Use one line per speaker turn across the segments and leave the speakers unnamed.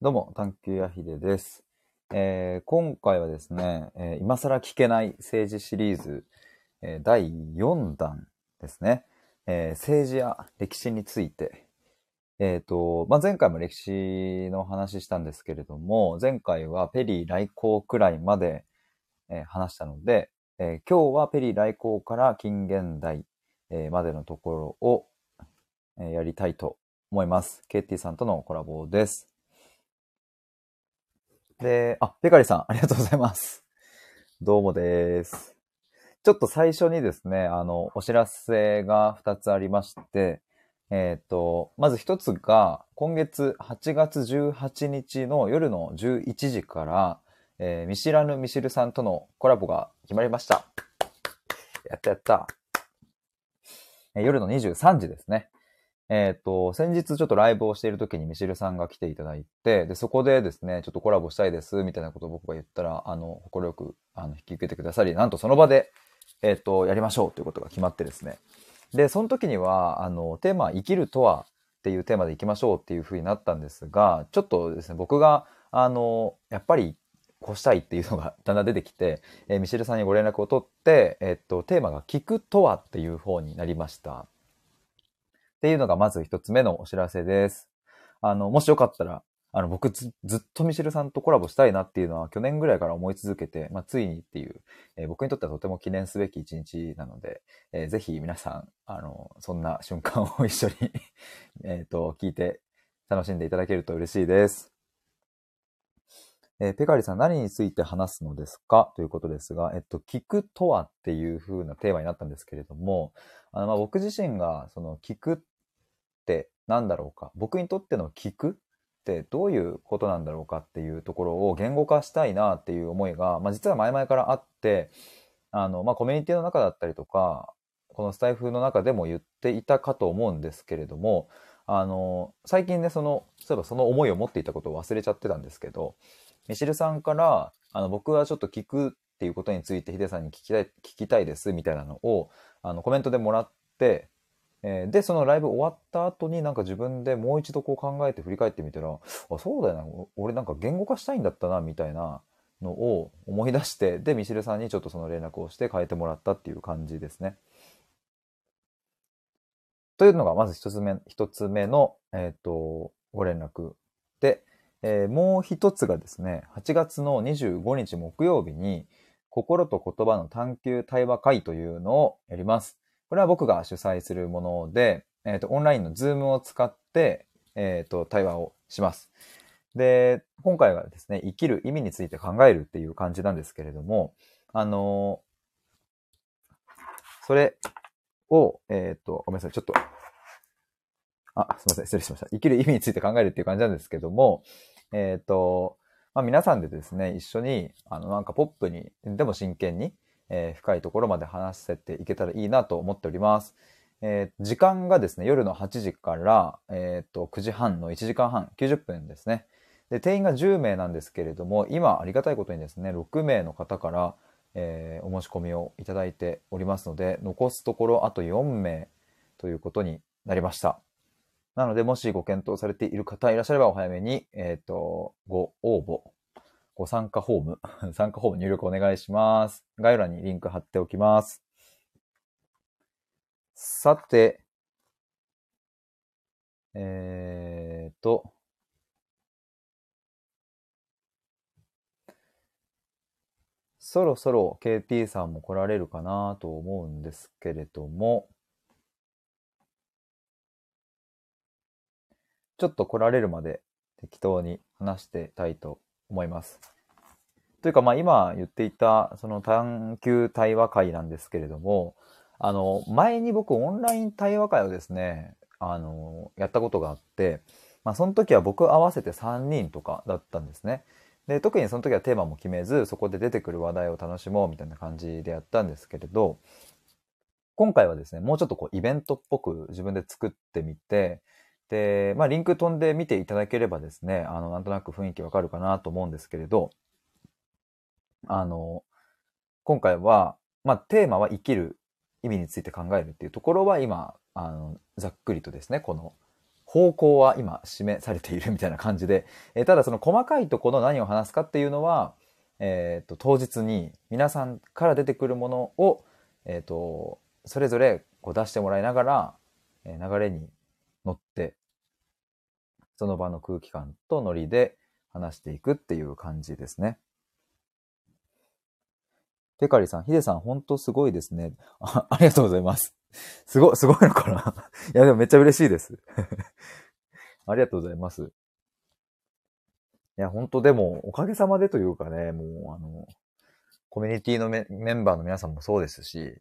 どうも、探求やひでです。えー今回はですね、えー今更聞けない政治シリーズ、えー第4弾ですね、えー政治や歴史について、えっ、と、まあ、前回も歴史の話したんですけれども、前回はペリー来航くらいまで、えー話したので、えー今日はペリー来航から近現代、えーまでのところを、えーやりたいと思います。KT さんとのコラボです。で、あ、ペカリさん、ありがとうございます。どうもです。ちょっと最初にですね、あの、お知らせが2つありまして、えっ、と、まず1つが、今月8月18日の夜の11時から、えー見知らぬミシルさんとのコラボが決まりました。やったやった。えー夜の23時ですね。えっ、と、先日ちょっとライブをしている時にミシルさんが来ていただいて、で、そこでですね、ちょっとコラボしたいです、みたいなことを僕が言ったら、あの、快く、あの、引き受けてくださり、なんとその場で、えっ、と、やりましょうということが決まってですね。で、その時には、あの、テーマ、生きるとはっていうテーマでいきましょうっていう風になったんですが、ちょっとですね、僕が、あの、やっぱり、こうしたいっていうのがだんだん出てきて、えーミシルさんにご連絡を取って、えっ、と、テーマが聞くとはっていう方になりました。っていうのがまず一つ目のお知らせです。あの、もしよかったら、あの、僕ずずっとミシェルさんとコラボしたいなっていうのは去年ぐらいから思い続けて、まあ、ついにっていう、えー僕にとってはとても記念すべき一日なので、えーぜひ皆さん、あの、そんな瞬間を一緒に、 えっと、聞いて楽しんでいただけると嬉しいです。えーペカリさん、何について話すのですかということですが、えっと、聞くとはっていう風なテーマになったんですけれども、あのまあ僕自身がその聞くって何だろうか僕にとっての聞くってどういうことなんだろうかっていうところを言語化したいなっていう思いが、まあ、実は前々からあってあの、まあ、コミュニティの中だったりとかこのスタイフの中でも言っていたかと思うんですけれどもあの最近ねそのそういえばその思いを持っていたことを忘れちゃってたんですけどミシルさんからあの僕はちょっと聞くっていうことについてヒデさんに聞きたい聞きたいですみたいなのをあのコメントでもらって、えーでそのライブ終わった後になんか自分でもう一度こう考えて振り返ってみたらあそうだよなお俺なんか言語化したいんだったなみたいなのを思い出してでミシルさんにちょっとその連絡をして変えてもらったっていう感じですね。というのがまず一つ目一つ目の、えー、とご連絡で、えーもう一つがですね8月の25日木曜日に心と言葉の探求対話会というのをやります。これは僕が主催するもので、えっ、と、オンラインのズームを使って、えっ、と、対話をします。で、今回はですね、生きる意味について考えるっていう感じなんですけれども、あのそれを、えっ、と、ごめんなさい、ちょっと、あ、すみません、失礼しました。生きる意味について考えるっていう感じなんですけども、えっ、と、まあ、皆さんでですね、一緒に、あの、なんかポップに、でも真剣に、えー深いところまで話せていけたらいいなと思っております。えー時間がですね、夜の8時から、えーと9時半の1時間半、90分ですね。で、定員が10名なんですけれども、今ありがたいことにですね、6名の方から、えーお申し込みをいただいておりますので、残すところあと4名ということになりました。なので、もしご検討されている方いらっしゃればお早めに、えっ、と、ご応募、ご参加フォーム、 参加フォーム入力お願いします。概要欄にリンク貼っておきます。さて、えーと、そろそろ KT さんも来られるかなと思うんですけれども、ちょっと来られるまで適当に話してたいと思います。というか、まあ今言っていた、その探求対話会なんですけれども、あの、前に僕オンライン対話会をですね、あの、やったことがあって、まあその時は僕合わせて3人とかだったんですね。で、特にその時はテーマも決めず、そこで出てくる話題を楽しもうみたいな感じでやったんですけれど、今回はですね、もうちょっとこうイベントっぽく自分で作ってみて、で、まあ、リンク飛んで見ていただければですね、あの、なんとなく雰囲気わかるかなと思うんですけれど、あの、今回は、まあ、テーマは生きる意味について考えるっていうところは今、あの、ざっくりとですね、この方向は今示されているみたいな感じで、えーただその細かいところの何を話すかっていうのは、えーと当日に皆さんから出てくるものを、えーとそれぞれこう出してもらいながら、えー流れに乗ってその場の空気感とノリで話していくっていう感じですね。ペカリさん、ヒデさん、ほんとすごいですね。あありがとうございます。 すご、すごいのかな いや、でもめっちゃ嬉しいです。 ありがとうございます。いや、ほんとでも、おかげさまでというかね、もう、あの、コミュニティのメメンバーの皆さんもそうですし、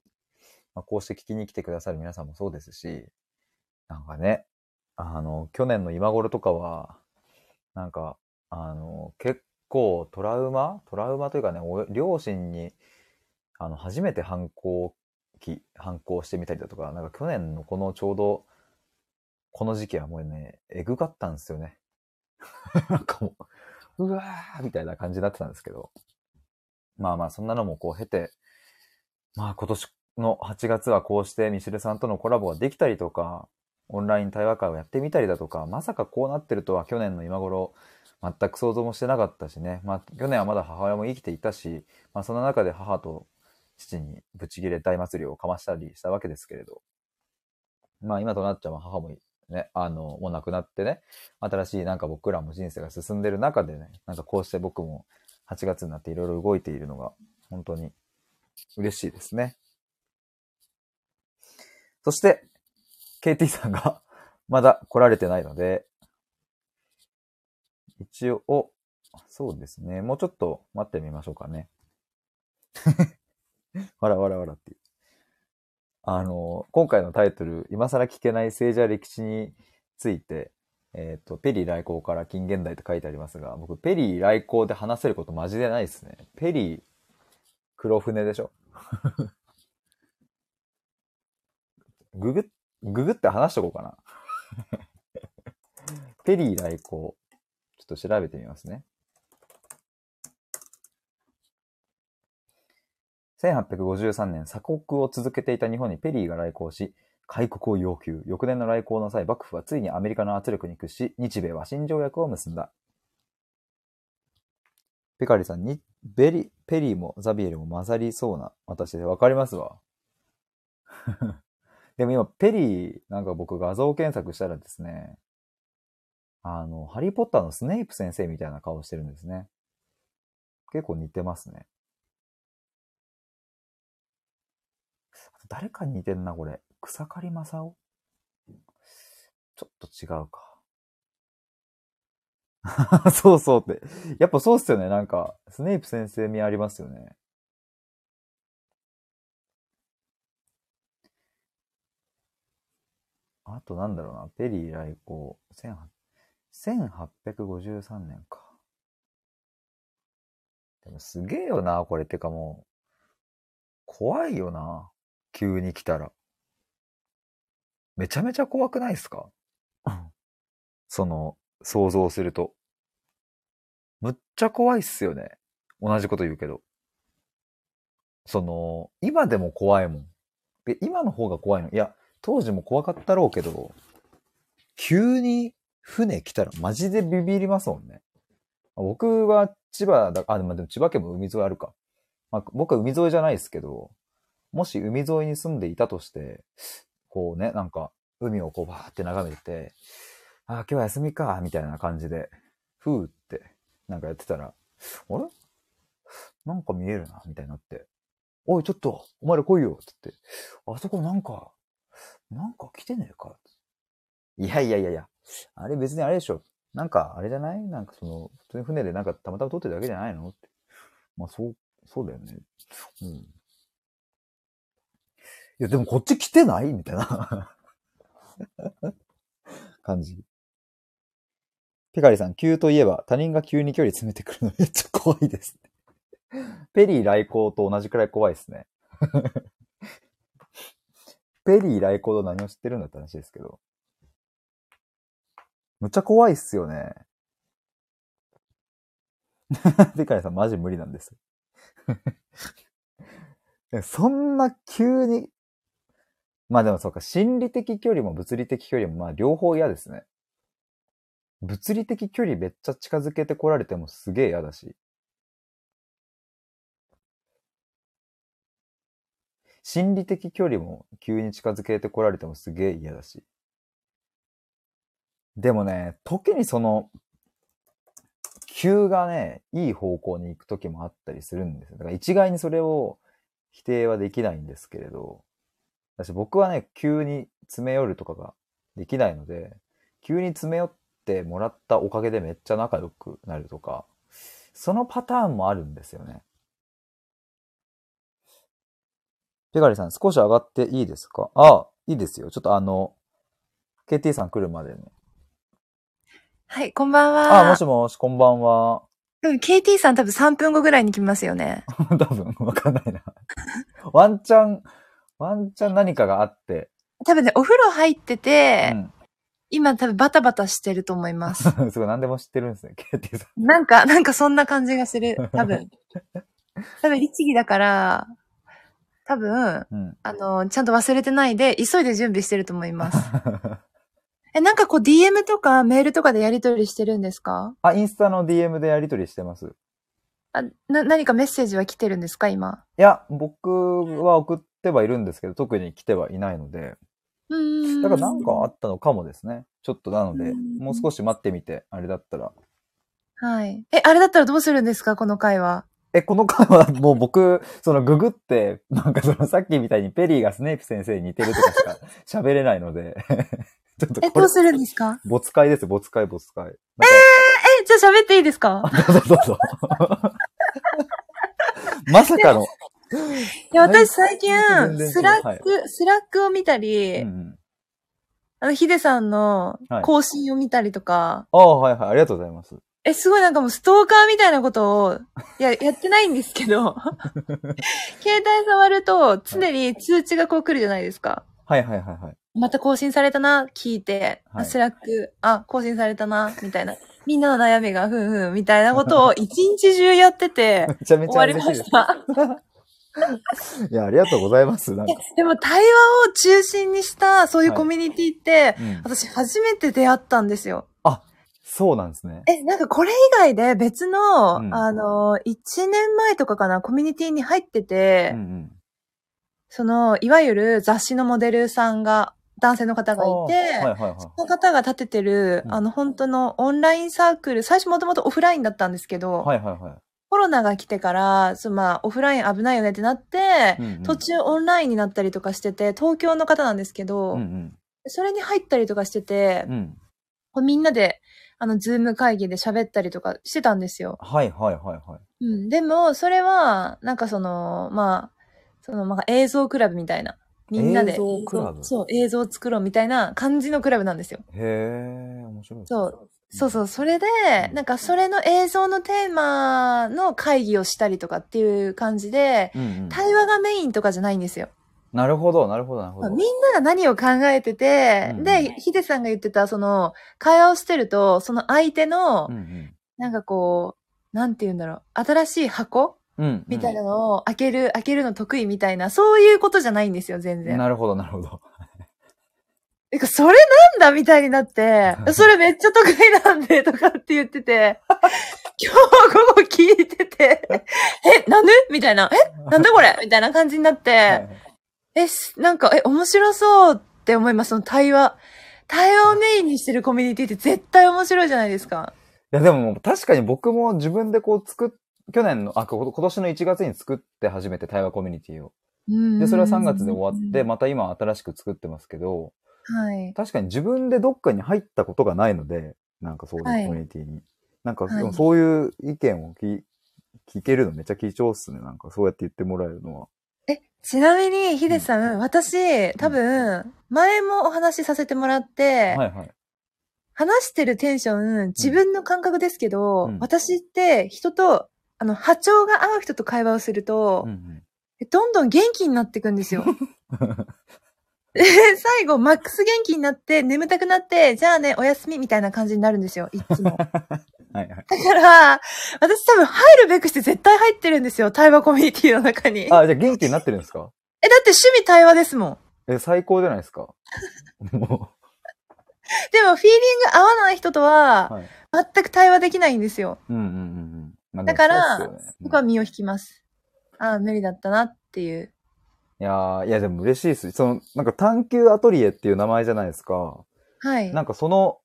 まあ、こうして聞きに来てくださる皆さんもそうですし、なんかね、あの、去年の今頃とかは、なんか、あの、結構トラウマトラウマというかね、お両親に、あの、初めて反抗期、反抗してみたりだとか、なんか去年のこのちょうど、この時期はもうね、えぐかったんですよね。 なんかもう、うわーみたいな感じになってたんですけど。まあまあ、そんなのもこう経て、まあ今年の8月はこうしてミシルさんとのコラボができたりとか、オンライン対話会をやってみたりだとか、まさかこうなってるとは去年の今頃、全く想像もしてなかったしね。まあ、去年はまだ母親も生きていたし、まあ、その中で母と父にぶち切れ大祭りをかましたりしたわけですけれど。まあ、今となっちゃう母もね、あの、もう亡くなってね、新しいなんか僕らも人生が進んでる中でね、なんかこうして僕も8月になっていろいろ動いているのが、本当に嬉しいですね。そして、KT さんが まだ来られてないので、一応、そうですね。もうちょっと待ってみましょうかね。 わらわらわらっていう。あの、今回のタイトル、今更聞けない政治や歴史について、えっ、と、ペリー来航から近現代って書いてありますが、僕、ペリー来航で話せることマジでないですね。ペリー、黒船でしょ ググっググって話しとこうかな。 ペリー来航。ちょっと調べてみますね。1853年、鎖国を続けていた日本にペリーが来航し、開国を要求。翌年の来航の際、幕府はついにアメリカの圧力に屈し、日米和親条約を結んだ。ペカリさんに、ベリ、ペリーもザビエルも混ざりそうな私でわかりますわ。 でも今、ペリー、なんか僕画像検索したらですね、あの、ハリーポッターのスネイプ先生みたいな顔してるんですね。結構似てますね。あと誰かに似てんな、これ。草刈正雄ちょっと違うか。 そうそうって。やっぱそうっすよね。なんか、スネイプ先生味ありますよね。あとなんだろうな、ペリー来航、1800 1853年か。でもすげえよな、これ。てかもう、怖いよな、急に来たら。めちゃめちゃ怖くないっすかその、想像すると。むっちゃ怖いっすよね。同じこと言うけど。その、今でも怖いもん。で今の方が怖いの。いや、当時も怖かったろうけど、急に船来たらマジでビビりますもんね。僕は千葉だ、あ、でもでも千葉県も海沿いあるか。まあ、僕は海沿いじゃないですけど、もし海沿いに住んでいたとして、こうね、なんか海をこうバーって眺めてて、あー、今日は休みか、みたいな感じで、ふーってなんかやってたら、あれなんか見えるな、みたいになって。おい、ちょっと、お前ら来いよ、つって。あそこなんか、なんか来てねえか。いやいやいやいや、あれ別にあれでしょ。なんかあれじゃないなんかその、普通に船でなんかたまたま撮ってるだけじゃないのって。まあそう、そうだよね。うん。いやでもこっち来てないみたいな 感じ。ペカリさん、急といえば他人が急に距離詰めてくるのめっちゃ怖いですね。ペリー来航と同じくらい怖いですね。 ペリー来航と何を知ってるんだって話ですけど。むっちゃ怖いっすよね。 でかいさん、マジ無理なんです。 えそんな急に、まあでもそうか、心理的距離も物理的距離も、まあ両方嫌ですね。物理的距離めっちゃ近づけてこられてもすげえ嫌だし。心理的距離も急に近づけてこられてもすげえ嫌だし。でもね、時にその、急がね、いい方向に行く時もあったりするんですよ。だから一概にそれを否定はできないんですけれど、私僕はね、急に詰め寄るとかができないので、急に詰め寄ってもらったおかげでめっちゃ仲良くなるとか、そのパターンもあるんですよね。ペガリさん、少し上がっていいですかあ、いいですよ。ちょっとあの、KT さん来るまでね。
はい、こんばんは。
あ、もしもし、こんばんは。
うん、KT さん多分3分後ぐらいに来ますよね。
多分、わかんない な。ワンチャン、ワンチャン何かがあって。
多分ね、お風呂入ってて、
う
今多分バタバタしてると思います。
ん。すごい、何でも知ってるんですね、KT さん。
なんか、なんかそんな感じがする。多分。多分、律儀だから、多分、
うん。
あの、ちゃんと忘れてないで、急いで準備してると思 います。え、なんかこう DM とかメールとかでやり取りしてるんですか
あ、インスタの DM でやり取りしてます。い
あ、な、何かメッセージは来てるんですか今。
や、僕は送ってはいるんですけど、特に来てはいないので、
うーん。
だから何かあったのかもですね。ちょっとなので、
うん
もう少し待ってみて、あれだったら。
はい。え、あれだったらどうするんですかこの回は。
え、この回はもう僕、 そのググって、なんかそのさっきみたいにペリーがスネープ先生に似てるとかしか喋れないので、 ちょっと
え、
こ
ど
れ
う、するんですか
ボツ会ですよ、ボツ会、ボツ会。
え、じゃあ喋っていいですか
なんか、どうぞどう ぞ。まさかの。
いや、私最近
全然違、う
スラ
は
ッ
い
ク、スラックを見たり、
うんうん
あの、ヒデさんの
はい
更新を見たりとか、
ああ、はいはい、ありがとうございます。
え、すごいなんかもうストーカーみたいなことを、 いや、やってないんですけど、携帯触ると常に通知がこう来るじゃないですか。
はいはいはいはい。
また更新されたな、聞いて、あ
はい
スラック、あ、更新されたな、みたいな。みんなの悩みが、ふんふん、みたいなことを一日中やってて、
め ちゃめち
終
ゃ
わり
嬉しい
ま
です
し。た。
いや、ありがとうございます。なんか。
でも対話を中心にした、そういう
はい
コミュニティって、
うん、
私初めて出会ったんですよ。
そうなんですね。
え、なんかこれ以外で別の、
うん
あの、1年前とかかな、コミュニティに入ってて、
うんうん。
その、いわゆる雑誌のモデルさんが、男性の方がいて、
ああはいはいはい。
その方が立ててる、
うん
あの、本当のオンラインサークル、最初もともとオフラインだったんですけど、
はいはいは
コロナが来てから、そのまあ、オフライン危ないよねってなって、
い。うんうん
途。中オンラインになったりとかしてて、東京の方なんですけど、
うんうん。
それに入ったりとかしてて、
うん。
こうみんなで、あの、ズーム会議で喋ったりとかしてたんですよ。
はいはいはいはい。
うん。でも、それは、なんかその、まあ、その、まあ、映像クラブみたいな。みんなで。
映像クラブ
そう、映像を作ろうみたいな感じのクラブなんですよ。
へえ、面白い。。
そう。そうそうう、それで、なんかそれの映像のテーマの会議をしたりとかっていう感じで、
うんうん、
対話がメインとかじゃないんですよ。
なるほど、なるほど、なるほ
まあ
ど。
みんなが何を考えてて、
うん
で、ヒデさんが言ってた、その、会話をしてると、その相手の、
うんうん
なんかこう、なんて言うんだろう、新しい箱
うんうん、
みたいなのを開ける、開けるの得意みたいな、そういうことじゃないんですよ、全然。
なるほど、なるほど。
え、それなんだみたいになって、それめっちゃ得意なんで、とかって言ってて、 今日午後聞いてて、 え、なんでみたいな、え、なんだこれみたいな感じになって、
はい
え、すなんか、え、面白そうって思います、その対話。対話をメインにしてるコミュニティって絶対面白いじゃないですか。
いや、でも確かに僕も自分でこう作っ、去年の、あ、こ今年の1月に作って初めて対話コミュニティを。で、
で
それは3月で終わって、また今新しく作ってますけど、
はい。
確かに自分でどっかに入ったことがないので、なんかそういうコ
はい
ミュニティに。なんか、
はい
でもそういう意見を聞聞けるのめっちゃ貴重っすね。なんかそうやって言ってもらえるのは。
え、ちなみに、ヒデさん、私、多分、前もお話しさせてもらって、
はいはい。
話してるテンション、自分の感覚ですけ
う
ど、
ん
私って人と、あの、波長が合う人と会話をすると、
うんうん
えどんどん元気になっていく んですよ。で最後、マックス元気になって、眠たくなって、じゃあね、おやすみみたいな感じになるんですよ、い つも。だ
はいはい。
から、私多分入るべくして絶対入ってるんですよ、対話コミュニティの中に。え、だっ
あ、じゃあ元気になってるんですか
て趣味対話ですもん。
え、最高じゃないですか。も
でも、フィーリング合わない人とは、
はい。
全く対話できないんですよ。
うんうんうんうん。まあ
だから
でもそうっすよねうん
僕は身を引きます。ああ、無理だったなっていう。
いやーいやでも嬉しいです。その、なんか探求アトリエっていう名前じゃないですか。
はい。
なんかその、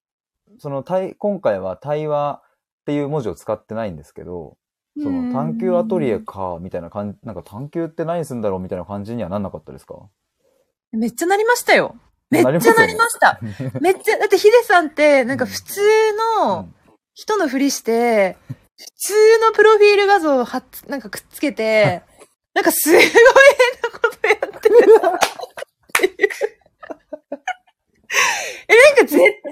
その対、今回は対話っていう文字を使ってないんですけど、その探求アトリエか、みたいな感じ、なんか探求って何するんだろうみたいな感じにはなんなかったですか
めっちゃなりましたよ。めっちゃ
なりますよね
なりました。めっちゃ、だってヒデさんって、なんか普通
う
の
ん
人のふりして、普通のプロフィール画像をはっつ、なんかくっつ けて、なんかすごい変なことやってるなっていうえ、なんか絶対にこ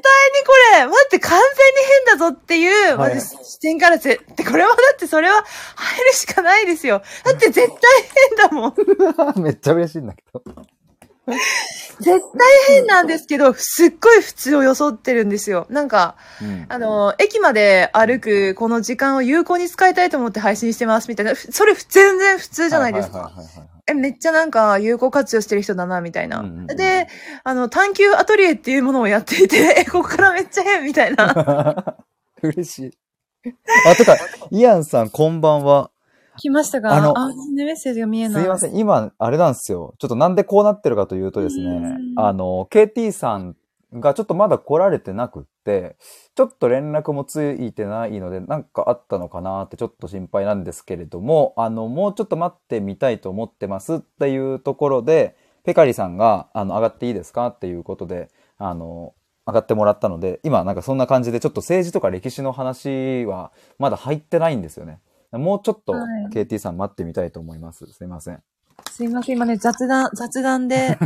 れ、待って完全に変だぞっていう、
はい
まず視点からぜ、 ってこれはだってそれは入るしかないですよ。だって絶対変だもん。
めっちゃ嬉しいんだけど。
絶対変なんですけど、すっごい普通を装ってるんですよ。なんか、
うん
あの、駅まで歩くこの時間を有効に使いたいと思って配信してますみたいな、ふそれふ全然普通じゃないです
は
か。
ははいはいはい
え、めっちゃなんか有効活用してる人だな、みたいな
うんうんうん。
で、あの、探求アトリエっていうものをやっていて、え、 ここからめっちゃ変みたいな。
嬉しい。あ、てか、イアンさん、こんばんは。
来ました
かあのあ
メッセージが見え
すいません。今、あれなんですよ。ちょっとなんでこうなってるかというとです
う
ね
ん、
あの、KT さんがちょっとまだ来られてなくって、ちょっと連絡もついてないので、なんかあったのかなってちょっと心配なんですけれども、あの、もうちょっと待ってみたいと思ってますっていうところで、ペカリさんが、あの、上がっていいですかっていうことで、あの、上がってもらったので、今なんかそんな感じでちょっと政治とか歴史の話はまだ入ってないんですよね。もうちょっと
はい
KT さん待ってみたいと思います。すいません。
すいません、今ね、雑談、雑談で。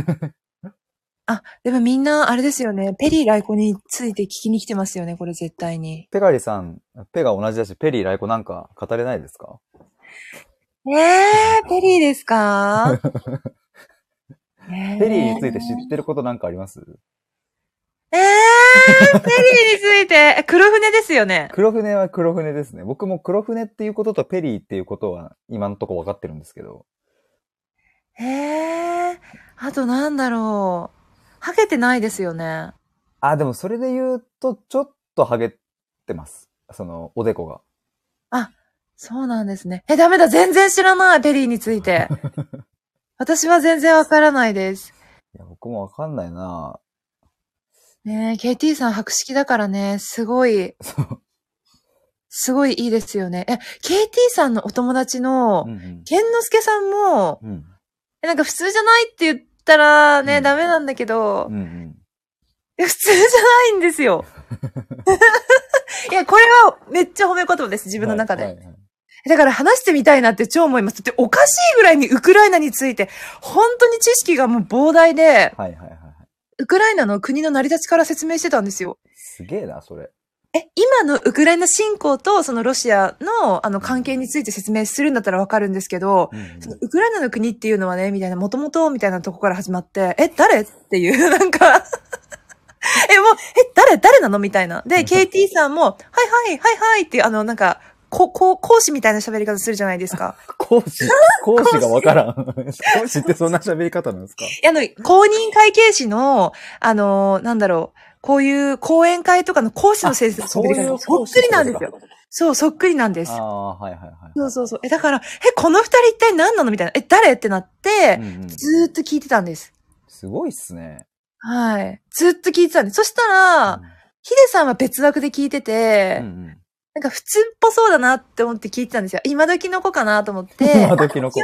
あ、でもみんな、あれですよね、ペリー来航について聞きに来てますよね、これ絶対に。
ペガリさん、ペが同じだし、ペリー来航なんか語れないですか
えー、ペリーで すかペ
ペリーについて知ってることなんかあります
えー、ペリーについて、え黒船ですよね。
黒船は黒船ですね。僕も黒船っていうこととペリーっていうことは今のところ分かってるんですけど。
えー、あとなんだろう。はけてないですよね。
あ、でもそれで言うと、ちょっとハゲってます。その、おでこが。
そうなんですね。え、ダメだ、全然知らない、ペリーにつ いて。私は全然わからないです。
いや、僕も分かんないな
ねえ、KT さん博識だからね、すごい、
そう。
すごいいいですよね。え、KT さんのお友達の
う、ん
健之助さんも、
うん。うん。
えなんか普通じゃないって言ったらね、
うん
ダメなんだけど、
うんうん。
え普通じゃないんで すよ。いや、これはめっちゃ褒め言葉です、自分の中で。
はいはいはい
だから話してみたいなって超思います。だっておかしいぐらいにウクライナについて、本当に知識がもう膨大で、
はいはいはいはい。
ウクライナの国の成り立ちから説明してたんですよ。
すげえな、それ。
え、今のウクライナ侵攻とそのロシアのあの関係について説明するんだったらわかるんですけど、
うんうん
そのウクライナの国っていうのはね、みたいな、もともとみたいなとこから始まって、え、誰っていう、なんか 、え、もう、え、誰誰なのみたいな。で、KT さんも、はいはい、はいはいっていう、あの、なんか、ここう講師みたいな喋り方するじゃないですか。
講師、 講師が分からん。講師ってそんな喋り方なんですか
いやあの、公認会計士の、あのなんだろう、こういう講演会とかの講師の先生の喋り方、そっくりなんですよ。。そう、そっくりなんです
あ。あー、はいはいはい。
そうそうそう。え、だから、え、この二人一体何なのみたいな。え、誰ってなって
う、んうん
ずーっと聞いてたんです。
すごいっすね。
はい。ずーっと聞いてたんです。そしたら、ヒデさんは別枠で聞いてて、
うんうん
なんか普通っぽそうだなって思って聞いてたんですよ。今時の子かなと思っ
うん、
て
今、時の子。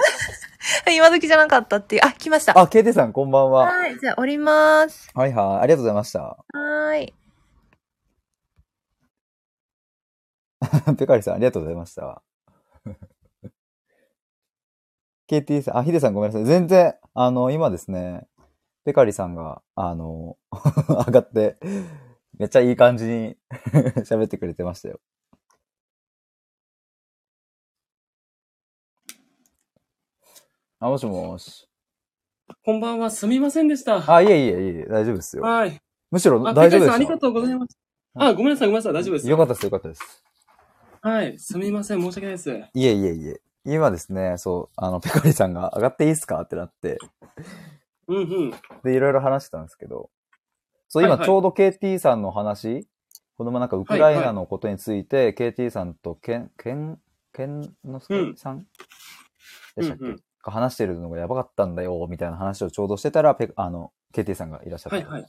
あ今時じゃなかったっていう。あ、来ました。
あ、ケイテさんこんばんは。
はい。じゃあ、降ります。
はいはい、ありがとうございました。
はーい。
ペカリさんありがとうございました。KT さん、あ、ヒデさんごめんなさい。全然、あの、今ですね、ペカリさんが、あの、 上がって、めっちゃいい感じに 喋ってくれてましたよ。あ、もしもし。
こんばんは、すみませんでした。
あ、いえいえいえ、大丈夫ですよ。
はい。
むしろ
あ、
大丈夫です
ペカリさんありがとうございます。あ、ごめんなさい、ごめんなさい、大丈夫です。
よかったです、よかったです。
はい、すみません、申し訳ないです。
いえいえいえ。今ですね、そう、あの、ペカリさんが上がっていいっすかってなって、
うんうん。
で、いろいろ話してたんですけど、そう、
はい
今
はい
ちょうど KT さんの話、このまなんかウクライナのことについて、KT さんとケン、ケン、ケンのすけさん、でしたっけ、
うんうん
が話してるのがやばかったんだよ、みたいな話をちょうどしてたら、ペあの、KT さんがいらっしゃった。
はいはい。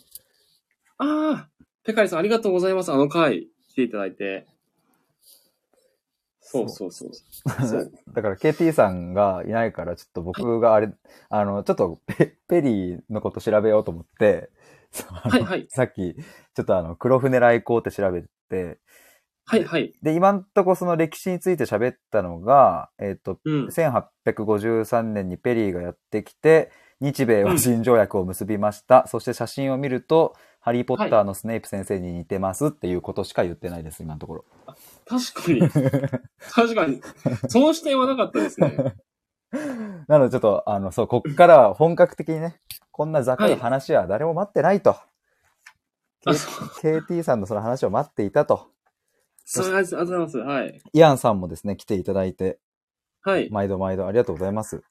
ああ、ペカリさんありがとうございます。あの回来ていただいて。そうそうそう。そう
だから KT さんがいないから、ちょっと僕があれ、あの、ちょっとペペリーのこと調べようと思って、そうあの
はいはい
さっき、ちょっとあの、黒船来航って調べて、
はいはい。
で、今んとこその歴史について喋ったのが、えっ、と、
うん。
1853年にペリーがやってきて、日米和親条約を結びました。そして写真を見ると、ハリー・ポッターのスネイプ先生に似てますっていうことしか言ってないです、今のところ。
確かに。確かに。その視点はなかったで すね。
なのでちょっと、あの、そう、こっからは本格的にね、こんなざっくり話は誰も待ってないと。
あ、そう。
KT さんのその話を待っていたと。
そうありがとうございます。はい。
イアンさんもですね、来ていただいて、
はい。
毎度毎度ありがとうございます。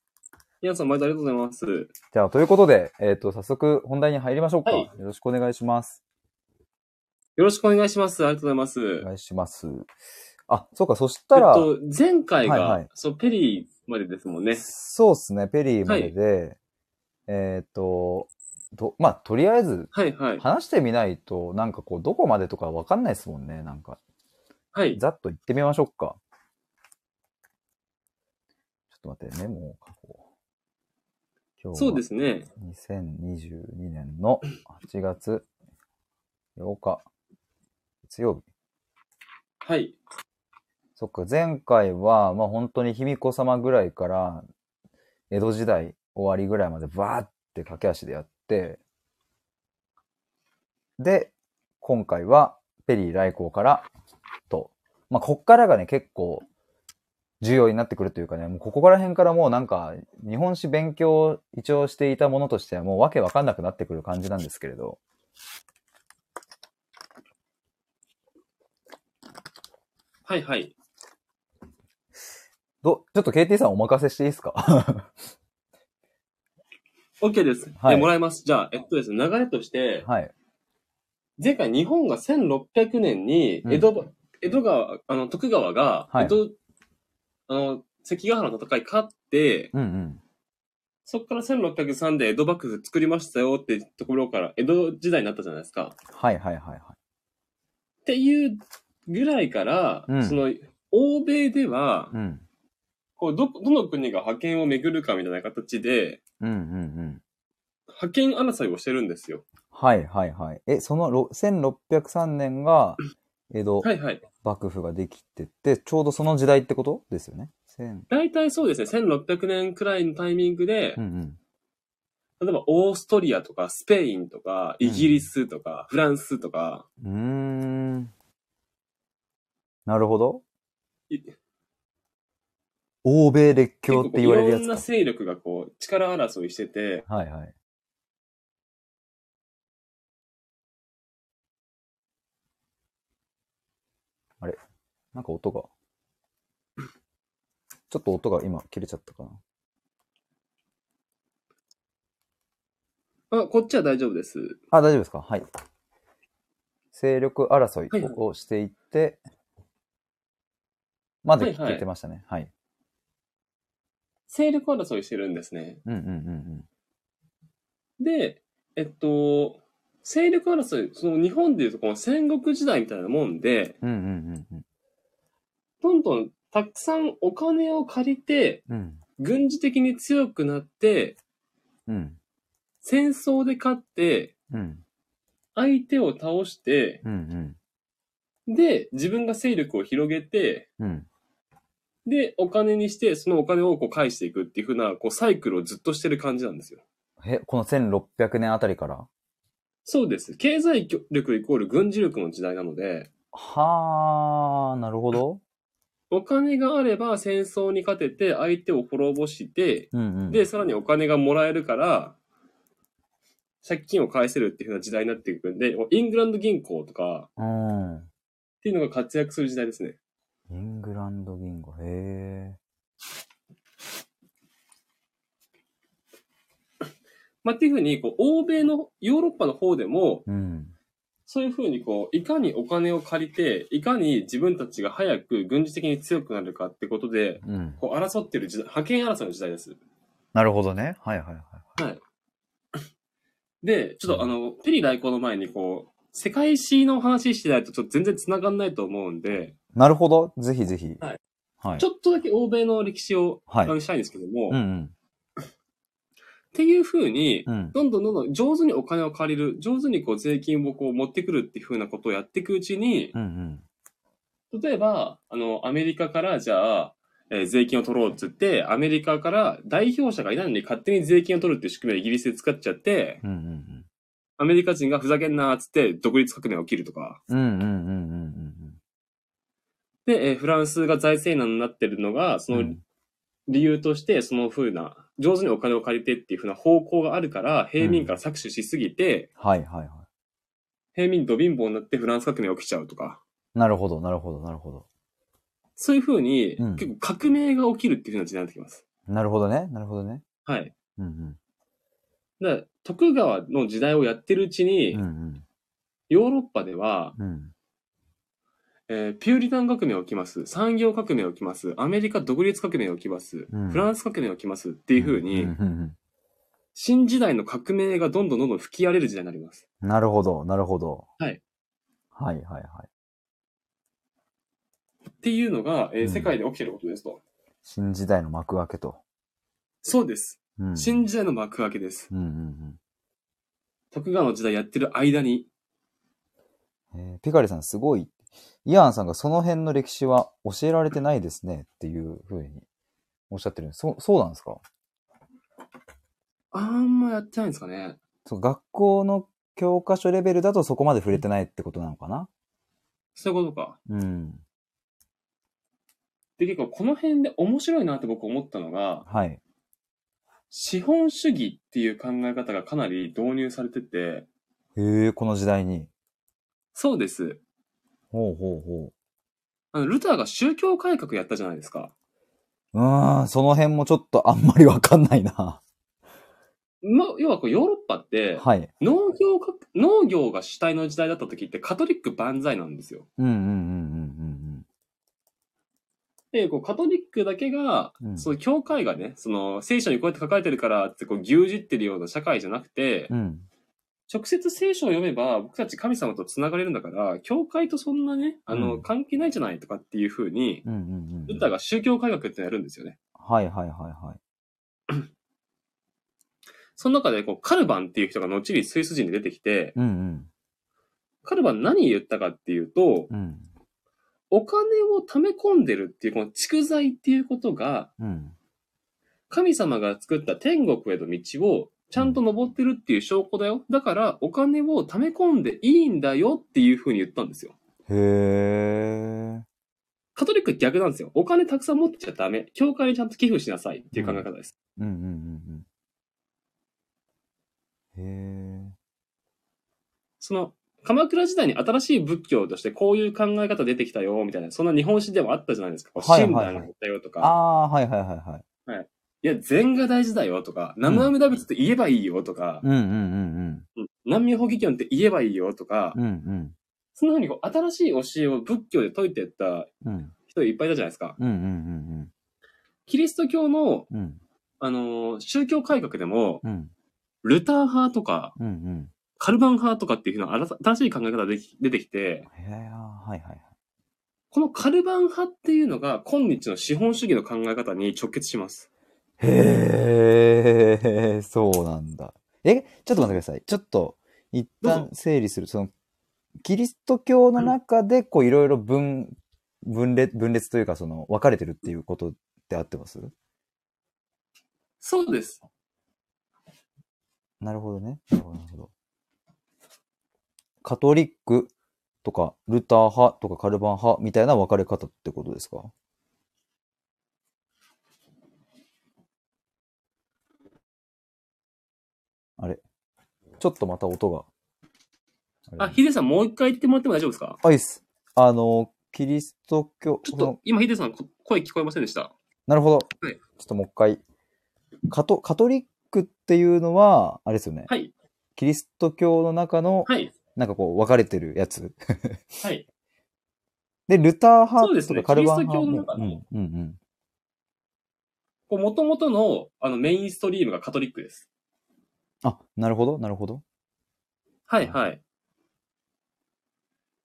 皆さん、毎度ありがとうございます。
じゃあ、ということで、えっ、と、早速本題に入りましょうか。
はい
よろしくお願いします。
よろしくお願いします。ありがとうございます。
お願いします。あ、そうか、そしたら、
えっと、前回が、
はいはい
そう、ペリーまでですもんね。
そうですね、ペリーまでで、えっ、と、と、まあ、とりあえず、
はいはい。
話してみないと、なんかこう、どこまでとかわかんないですもんね、なんか。
はい。
ざっと行ってみましょうか。ちょっと待って、メモを書こう。今日
そう
は
ですね。
2022年の8月8日、月曜日。
はい。
そっか、前回は、まあ本当に卑弥呼様ぐらいから、江戸時代終わりぐらいまでバーって駆け足でやって、で、今回はペリー来航からと。まあこっからがね、結構重要になってくるというかね、もうここら辺からもうなんか、日本史勉強を一応していたものとしてはもうわけわかんなくなってくる感じなんですけれど。
はいはい。
ど、ちょっと KT さんお任せしていいですか
OK です。
はい
で、もらいます。じゃあ、えっとですね、流れとして、
はい。
前回日本が1600年に、
うん
江戸ば、江戸川、あの、徳川が、
はい
江戸、あの、関ヶ原の戦い勝って、
うんうん。
そこから1603で江戸幕府作りましたよってところから、江戸時代になったじゃないですか。
はいはいはいはい。
っていうぐらいから、
うん
その、欧米では、
うん。
こうど、どの国が覇権をめぐるかみたいな形で、
うんうんうん。
覇権争いをしてるんですよ。
はいはいはい。え、そのろ1603年が江戸
はいはい。
幕府ができてて、ちょうどその時代ってことですよね。千
大体そうですね、1600年くらいのタイミングで、
うんうん。
例えばオーストリアとかスペインとか、イギリスとか、フランスとか、
うーん。なるほど。
い
欧米列強
結
っ
構
て言われる
い
や
ろんな
つ
勢力がこう、力争いしてて、
か。はいはい。あれなんか 音が。ちょっと音が今切れちゃったかな。
あ、こっちは大丈夫です。
あ、大丈夫ですかはい。勢力争
はいはい
いをしていって、まず聞いてましたね。はい、
勢力争いしてるんですね。
うんうんうん
で、えっと、勢力争い、その日本でいうとこの戦国時代みたいなもんで、
うん。うんうんうん
どんどんたくさんお金を借りて、
うん。うん。
軍事的に強くなって、
うん。
戦争で勝って、
うん。
相手を倒して、
うんうん。
で、自分が勢力を広げて、
うん。
で、お金にして、そのお金をこう返していくっていうふうな、こう、サイクルをずっとしてる感じなんですよ。
え、この1600年あたりから
そうです。経済力イコール軍事力の時代なので、
はー、なるほど。
お金があれば戦争に勝てて、相手を滅ぼして、
うんうん。
で、さらにお金がもらえるから、借金を返せるっていうふうな時代になっていくんで、イングランド銀行とか
うん。
っていうのが活躍する時代ですね。
イングランド銀行、へ
まあ、っていうふうに、こう、欧米の、ヨーロッパの方でも、
うん。
そういうふうに、こう、いかにお金を借りて、いかに自分たちが早く軍事的に強くなるかってことで、
うん。
こう、争ってる時代、覇権争いの時代です。
なるほどね。はいはいはい。
で、ちょっとあの、ペリ来航の前に、こう、世界史の話してないと、ちょっと全然繋がんないと思うんで、
なるほど。ぜひぜひ。
はい。
はい。
ちょっとだけ欧米の歴史を、
は
はいい。したいんですけども、
う
っ
ん
ていうふうに、
うん。うん。
どんどんどんどん上手にお金を借りる、上手にこう税金をこう持ってくるっていうふうなことをやっていくうちに
う、んうん。
例えば、あの、アメリカからじゃあ、えー税金を取ろうっつって、アメリカから代表者がいないのに勝手に税金を取るっていう仕組みをイギリスで使っちゃって、
うんうん
アメリカ人がふざけんなーっつって独立革命が起きるとか。
うん。うんうんうんうん
で、えーフランスが財政難になってるのが、そ
うんう
の
ん。
理由として、その風な、上手にお金を借りてっていう風な方向があるから、平民から搾取しすぎて、
はいはいはい。
平民と貧乏になってフランス革命が起きちゃうとか。
なるほど、なるほど、なるほど。
そういう風に、
うん
結構革命が起きるっていう風な時代になってきます。
なるほどね。なるほどね。
はい。
うん
だから徳川の時代をやってるうちに、
うん。うん
ヨーロッパでは、
うん。うん。
えーピューリタン革命が起きます。産業革命が起きます。アメリカ独立革命が起きます。
うん
フランス革命が起きます。っていう風に、
うんうん
新時代の革命がどんどんどんどん吹き荒れる時代になります。
うんなるほど、なるほど。
はい。
はいはいはい。
っていうのが、えー
うん
世界で起きてることですと。
新時代の幕開けと。
そうです。
うん。
新時代の幕開けです。
うんうん
徳川の時代やってる間に、
うん。えーピカリさんすごい。イアンさんがその辺の歴史は教えられてないですねっていうふうにおっしゃってるんです。そう、そうなんですか
あんまやってないんですかね。
そう学校の教科書レベルだとそこまで触れてないってことなのかな
そういうことか。
うん。
で、結構この辺で面白いなって僕思ったのが、
はい。
資本主義っていう考え方がかなり導入されてて、
へえ、この時代に。
そうです。
ほうほうほ
あの、ルターが宗教改革やったじゃないですか。
う。うーん、その辺もちょっとあんまりわかんないな。
ま、要はこうヨーロッパって、
はい。
農業か、農業が主体の時代だった時ってカトリック万歳なんですよ。
うんうんうんうん
で、こうカトリックだけが、
うんうん。
その教会がね、その聖書にこうやって書かれてるからってこう牛耳ってるような社会じゃなくて、
うん。
直接聖書を読めば僕たち神様と繋がれるんだから、教会とそんなね、あ
う
の、
ん
関係ないじゃないとかっていう風に、
うんうんう
ル
ん。
ターが宗教改革ってのをやるんですよね。
はいはいはいはい。
その中でこうカルバンっていう人が後にスイス人で出てきて、
うん
カルバン何言ったかっていうと
うん。、うん。
お金を貯め込んでるっていうこの蓄財っていうことが、
うん。
神様が作った天国への道をちゃんと登ってるっていう証拠だよ。だからお金を貯め込んでいいんだよっていうふうに言ったんですよ。
へえ。
カトリック逆なんですよ。お金たくさん持ってちゃダメ。教会にちゃんと寄付しなさいっていう考え方です。
うんうんうんうん。へえ。
その、鎌倉時代に新しい仏教としてこういう考え方出てきたよ、みたいな。そんな日本史でもあったじゃないですか。こう
はい
親
はいはい
鸞が言ったよとか。
ああ、はいはいはいはい。
いや、禅が大事だよとか、ナムアミダ仏って言えばいいよとか、
うんうんうん
難民法華経って言えばいいよとか、
うん。うん
そんな風にこう新しい教えを仏教で説いてった
うん。うん
人いっぱいいたじゃないですか。
うんうんうん
キリスト教の、
うん。うん
あのー宗教改革でも、
うん
ルター派とか、
うんうん。
カルバン派とかっていう風な新しい考え方ができ出てきて、
へえ、はいはいはい。
このカルバン派っていうのが今日の資本主義の考え方に直結します。
へえ、そうなんだ。え、ちょっと待ってください。ちょっと、一
どう
旦整理する。その、キリスト教の中で、こう、いろいろ分、分裂、分裂というか、その、分かれてるっていうことって合ってます
そうです。
なるほどね。なるほどなるほど。カトリックとか、ルター派とか、カルバン派みたいな分かれ方ってことですかあれちょっとまた音が。あ
あ、
れ
ヒデさんもう一回言ってもらっても大丈夫ですか
あ、いいっす。あの、キリスト教、
ちょ
そ
っ
の
と今ヒデさんこ声聞こえませんでした。
なるほど。
はい
ちょっともう一回。カト、カトリックっていうのは、あれですよね。
はい。
キリスト教の中の、
はい。
なんかこう、分かれてるやつ。
はい。
で、ルター
そう
派
です
と
ね
かカルバン派
キリス
も
ト教の中の
うんうんうん。
こう、元々の、あの、メインストリームがカトリックです。
あ、なるほど、なるほど。
はい、はい。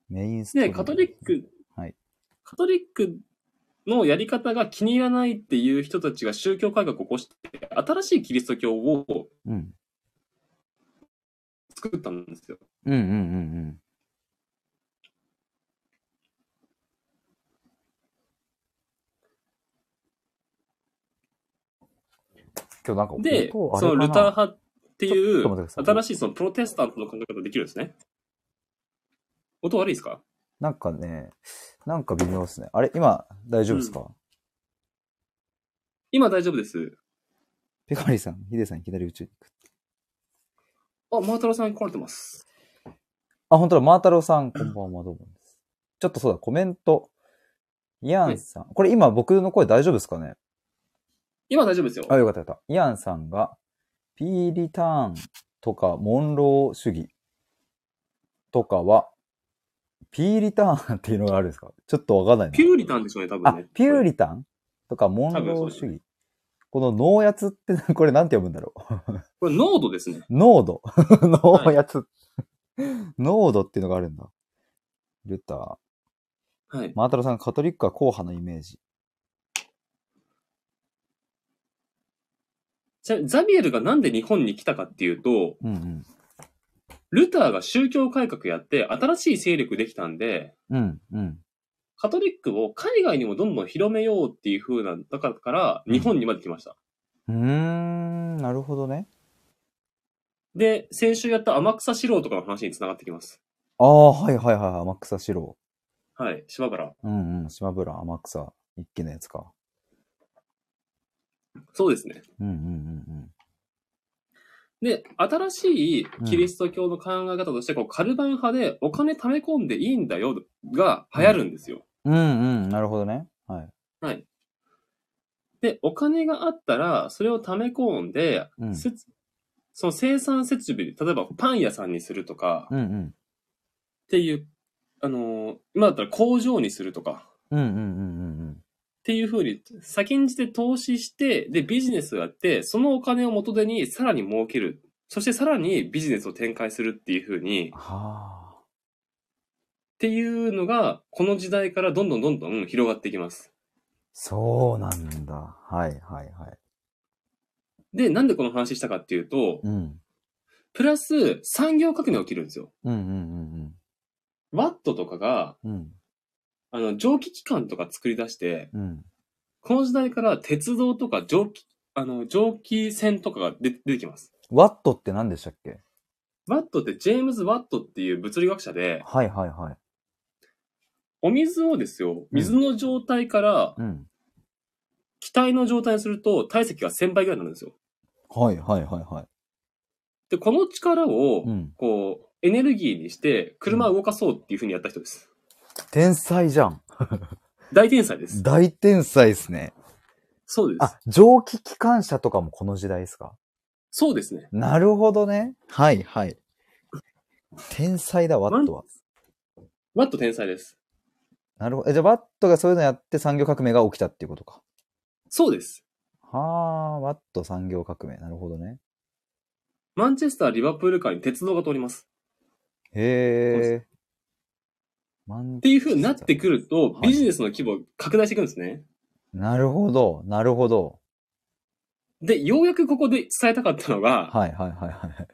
メインスト
で、カトリック、
はい
カトリックのやり方が気に入らないっていう人たちが宗教改革を起こして、新しいキリスト教を
うん。
作ったんですよ。
うんうんうんうん。今日なんか
で、
音あれかな
そのルター派ってい
ち
う
ょっと待ってください
新しいそのプロテスタントの考え方できるんですね。音悪いですか
なんかね、なんか微妙ですね。あれ今、大丈夫ですか、
今大丈夫です。
ペカリさん、ヒデさん、左宇宙に行く。
あ、マータロさん来られてます。
あ、本当だ、マータロウさん、こんばんは、どうもです。ちょっとそうだ、コメント。イアンさん。これ今、僕の声大丈夫ですかね
今大丈夫ですよ。
あ、よかったよかった。イアンさんが、ピーリターンとか、モンロー主義とかは、ピーリターンっていうのがあるんですかちょっとわかんないな
ピューリタンでしょうね、多分
あ
ね。、
ピューリタンとか、モンロー主義。この脳やつって、 これなんて読むんだろう。
これ、濃度ですね。
濃度。 脳やつ。濃度っていうのがあるんだ。ルター。
はい。
マータロさん、カトリックは硬派のイメージ。
じゃザビエルがなんで日本に来たかっていうと、
うんうん。
ルターが宗教改革やって、新しい勢力できたんで、
うんうん。
カトリックを海外にもどんどん広めようっていう風な、だから、日本にまで来ました。
うーん、なるほどね。
で、先週やった天草四郎とかの話に繋がってきます。
ああ、はいはいはいはい、天草四郎。
はい、島原。
うんうん、島村、天草、一気のやつか。
そうですね。
うんうんうん
で、新しいキリスト教の考え方として、こう、カルバン派でお金貯め込んでいいんだよ、が流行るんですよ。
うん。うんうん、なるほどね。はい。
はい。で、お金があったら、それを貯め込んで、
うん
せつその生産設備、例えばパン屋さんにするとか、
うんうん。
っていう、あのー今だったら工場にするとか、
うんうんうんうんうん。
っていうふうに、先んじて投資して、で、ビジネスをやって、そのお金を元手にさらに儲ける。そしてさらにビジネスを展開するっていうふうに、っ
はあ。
ていうのが、この時代からどんどんどんどん広がっていきます。
そうなんだ。はいはいはい。
で、なんでこの話したかっていうと、
うん。
プラス産業革命起きるんですよ。
うんうん
ワットとかが、
うんうん。うん
あの、蒸気機関とか作り出して、
うん。
この時代から鉄道とか蒸気、あの、蒸気船とかが出出てきます。
ワットって何でしたっけ
ワットってジェームズ・ワットっていう物理学者で、
はいはいはい。
お水をですよ、水の状態から
うん。
気体の状態にすると体積が1000倍ぐらいになるんですよ。
はいはいはいはい。
で、この力を
う、ん。
こう、エネルギーにして車を動かそうっていうふうにやった人です。
天才じゃん。
大天才です。
大天才ですね。
そうです
あ。、蒸気機関車とかもこの時代ですか
そうですね。
なるほどね。はいはい。天才だ、ワットは。
ワット天才です。
なるほど。えじゃあ、ワットがそういうのやって産業革命が起きたっていうことか。
そうです。
はあ、ワット産業革命。なるほどね。
マンチェスター・リバプール間に鉄道が通ります。
へえ。マン
っていう風になってくると
は、い
ビジネスの規模拡大していくんですね。
なるほど、なるほど。
で、ようやくここで伝えたかったのが、
はいはいはいはい。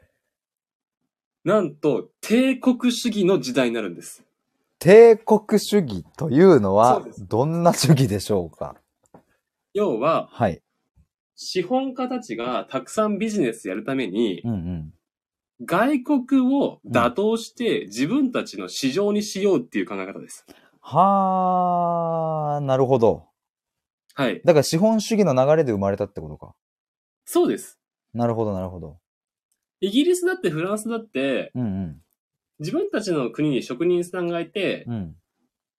なんと、帝国主義の時代になるんです。
帝国主義というのは
そうで、す
どんな主義でしょうか
要は、
はい。
資本家たちがたくさんビジネスやるために
う、んうん。
外国を打倒して自分たちの市場にしようっていう考え方です。
はあ、なるほど。
はい。
だから資本主義の流れで生まれたってことか。
そうです。
なるほど、なるほど。
イギリスだってフランスだって、
うんうん。
自分たちの国に職人さんがいて、
うん。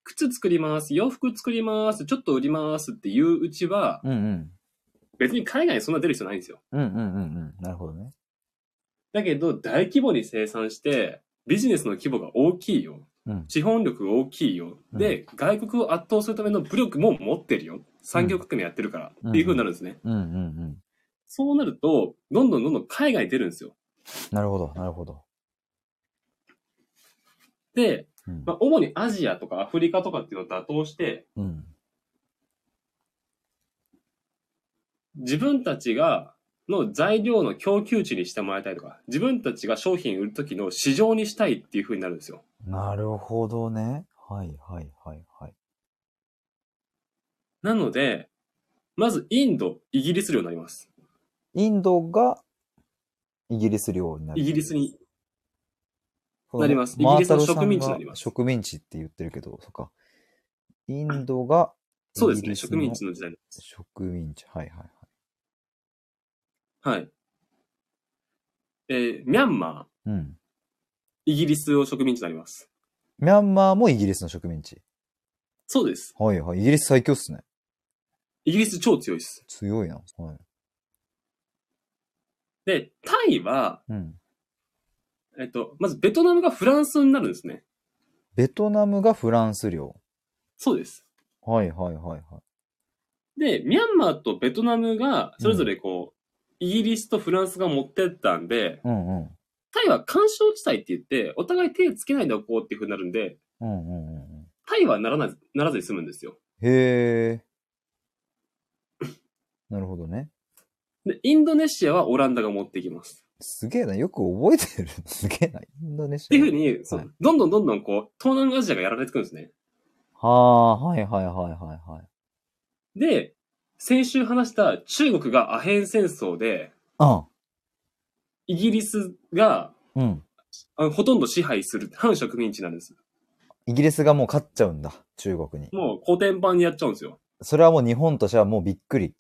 靴作ります、洋服作ります、ちょっと売りますっていううちは、
うんうん。
別に海外にそんな出る必要ないんですよ。
うんうんうんうん。なるほどね。
だけど、大規模に生産して、ビジネスの規模が大きいよ。
うん。
資本力が大きいよ。で、外国を圧倒するための武力も持ってるよ。産業革命やってるから。
うん
っていう風になるんですね。
うんうんうん。
そうなると、どんどんどんどん海外に出るんですよ。
なるほど、なるほど。
で、
うん
まあ、主にアジアとかアフリカとかっていうのを打倒して、
うん。
自分たちが、の材料の供給地にしてもらいたいとか、自分たちが商品売る時の市場にしたいっていう風になるんですよ。
なるほどね。はいはいはいはい。
なので、まずインド、イギリス領になります。
インドがイギリス領になる。
イギリスに。
その
なります
マー
イギリス
タ
の
ルさんが
植民地になります
植民地って言ってるけど、そっか。インドが
そうですね、
イギリスの
植民地の時代に
植民地。はいはいはい。
はい。えーミャンマー、
うん。
イギリスを植民地になります。
ミャンマーもイギリスの植民地。
そうです。
はいはい。イギリス最強っすね。
イギリス超強いです。
強いな。はい。
で、タイは、
うん。
えっと、まずベトナムがフランスになるんですね。
ベトナムがフランス領。
そうです。
はいはいはいはい。
で、ミャンマーとベトナムが、それぞれこう、イギリスとフランスが持ってったんで、
うんうん。
タイは干渉地帯って言って、お互い手つけないでおこうっていう風になるんで、
うんうんうんうん。
タイはならな、ならずに済むんですよ。
へえ。 なるほどね。
で、インドネシアはオランダが持ってきます。
すげえな。よく覚えてる。 すげえな。インドネシア。
っていうふうに、そう
はい
どんどんどんどんこう、東南アジアがやられてくるんですね。
はあ、はいはいはいはいはい。
で、先週話した中国がアヘン戦争で、
あ
イギリスが
うん。
あのほとんど支配する反植民地なんです。
イギリスがもう勝っちゃうんだ。中国に。
もう古典版にやっちゃうんですよ。
それはもう日本としてはもうびっくりっ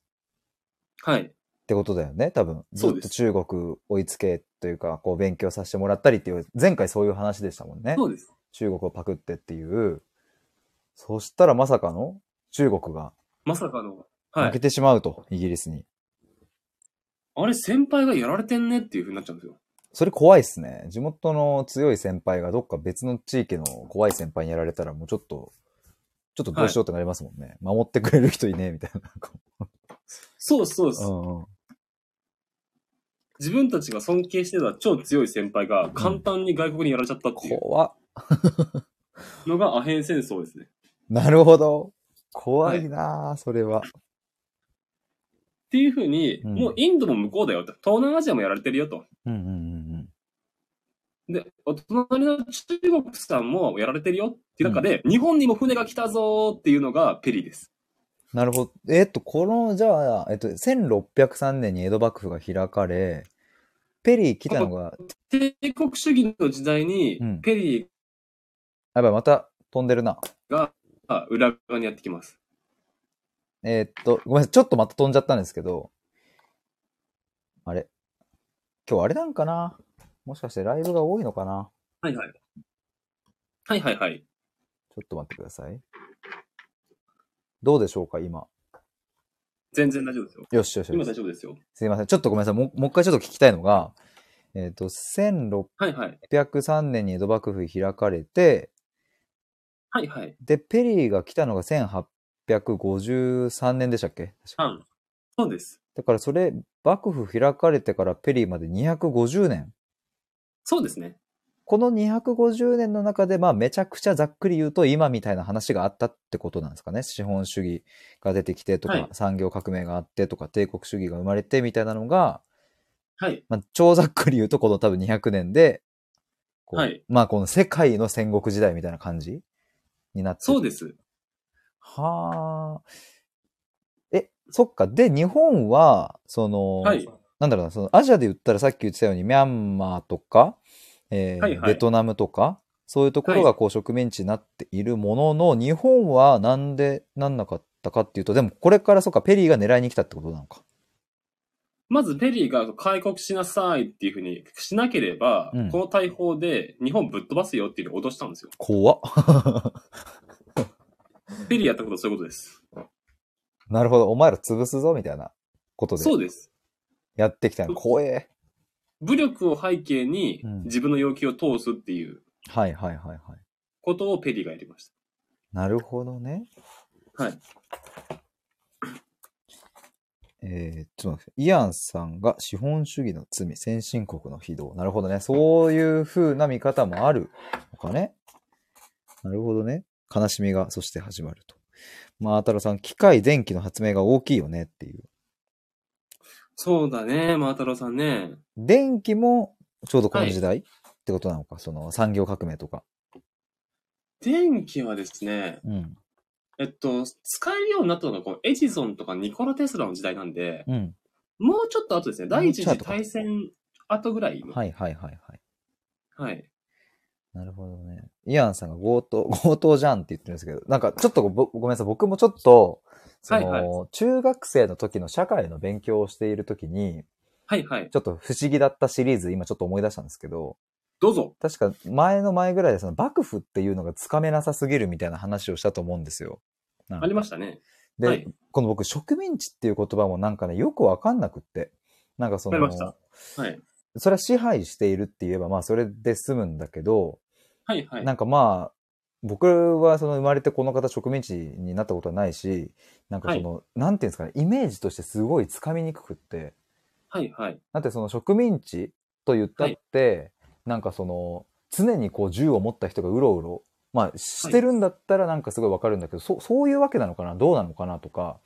はい。
てことだよね。多分。ず
そう
っ
で
と
す
中国追いつけというか、こう勉強させてもらったりっていう、前回そういう話でしたもんね。
そうです。
中国をパクってっていう。そしたらまさかの中国が
まさかの。は
負け
い。
てしまうと、イギリスに。
あれ、先輩がやられてんねっていうふうになっちゃうんですよ。
それ怖いっすね。地元の強い先輩がどっか別の地域の怖い先輩にやられたらもうちょっと、ちょっとどうしようってなりますもんね。守ってくれる人いねえみたいな。こ
そうそう
う
そう。
うんうん
自分たちが尊敬してた超強い先輩が簡単に外国にやられちゃったっていう
怖っ。
のがアヘン戦争ですね。
なるほど。怖いなあ、それは。
っていうふうに、
うん
もうインドも向こうだよと。東南アジアもやられてるよと。
うんうんうん
で、お隣の中国さんもやられてるよっていう中で、日本にも船が来たぞーっていうのがペリーです。
なるほど。えっと、この、じゃあ、えっと、1603年に江戸幕府が開かれ、ペリー来たのが、
帝国主義の時代に
うん、
ペリー
やばい、また飛んでるな。
が裏側にやってきます。
えーっと、ごめんなさい、ちょっとまた飛んじゃったんですけど、あれ今日あれなんかなもしかしてライブが多いのかな
はいはい。はいはいはい。
ちょっと待ってください。どうでしょうか今。
全然大丈夫ですよ。
よしよしよ
今
し
大。丈夫ですよ。
すいません。ちょっとごめんなさい。もうもう一回ちょっと聞きたいのが、えーっと、
はいはい。
1603年に江戸幕府開かれて、
はいはい。
で、ペリーが来たのが1853年でしたっけ確か
うんそうです。
だからそれ、幕府開かれてからペリーまで250年。
そうですね。
この250年の中で、まあ、めちゃくちゃざっくり言うと、今みたいな話があったってことなんですかね。資本主義が出てきてとか、
はい
産業革命があってとか、帝国主義が生まれてみたいなのが、
はい。
まあ、超ざっくり言うと、この多分200年で、こう
はい
まあ、この世界の戦国時代みたいな感じになって。
そうです。
はあ。え、そっか。で、日本は、その、
はい。
なんだろうな、そのアジアで言ったらさっき言ってたようにミャンマーとか、えー
はいはい
ベトナムとか、そういうところがこう植民地になっているものの、日本はなんでなんなかったかっていうと、でもこれからそっか、ペリーが狙いに来たってことなのか。
まずペリーが開国しなさいっていうふうにしなければ、
うん
この大砲で日本ぶっ飛ばすよっていうのを脅したんですよ。
怖っ。
ペリーやったことはそういうことです。
なるほど、お前ら潰すぞみたいなことで
そうです。
やってきたの。怖え。
武力を背景に
うん
自分の要求を通すっていう
はいはいはいはい。
ことをペリーがやりまし
なるほどね。
た。はい。
えー、ちょっと待って。イアンさんが資本主義の罪、先進国の非道。なるほどね。そういう風な見方もあるのかね。なるほどね。悲しみが、そして始まると。まあ、太郎さん、機械電気の発明が大きいよねっていう。
そうだね、マータロさんね。
電気も、ちょうどこの時代、ってことなのか。その、産業革命とか。
電気はですね、
うん。
えっと、使えるようになったのがこうエジソンとかニコラ・テスラの時代なんで、
うん。
もうちょっと後ですね、第一
もう
次
ちょっと後
大戦後ぐらいの。
はいはいはいはい。
はい。
なるほどね。イアンさんが強盗、 強盗じゃんって言ってるんですけど、なんかちょっとごぼごめんなさい、僕もちょっと、その、
はい
中学生の時の社会の勉強をしている時に、
はいはい。
ちょっと不思議だったシリーズ、今ちょっと思い出したんですけど、
どうぞ。
確か前の前ぐらいでその幕府っていうのがつかめなさすぎるみたいな話をしたと思うんですよ。
ありましたね。
で、
はい
この僕、植民地っていう言葉もなんかね、よくわかんなくって。なんかそ
わかりまし
の
た、はい。
それは支配しているって言えば、まあそれで済むんだけど、
はいはい。
なんかまあ、僕はその生まれてこの方植民地になったことはないし、なんかその、なんていうんですかね、イメージとしてすごいつかみにくくって、
はいはい。
だってその植民地と言ったって、なんかその、常にこう銃を持った人がうろうろ、まあしてるんだったらなんかすごいわかるんだけど、そそういうわけなのかな、どうなのかなとか、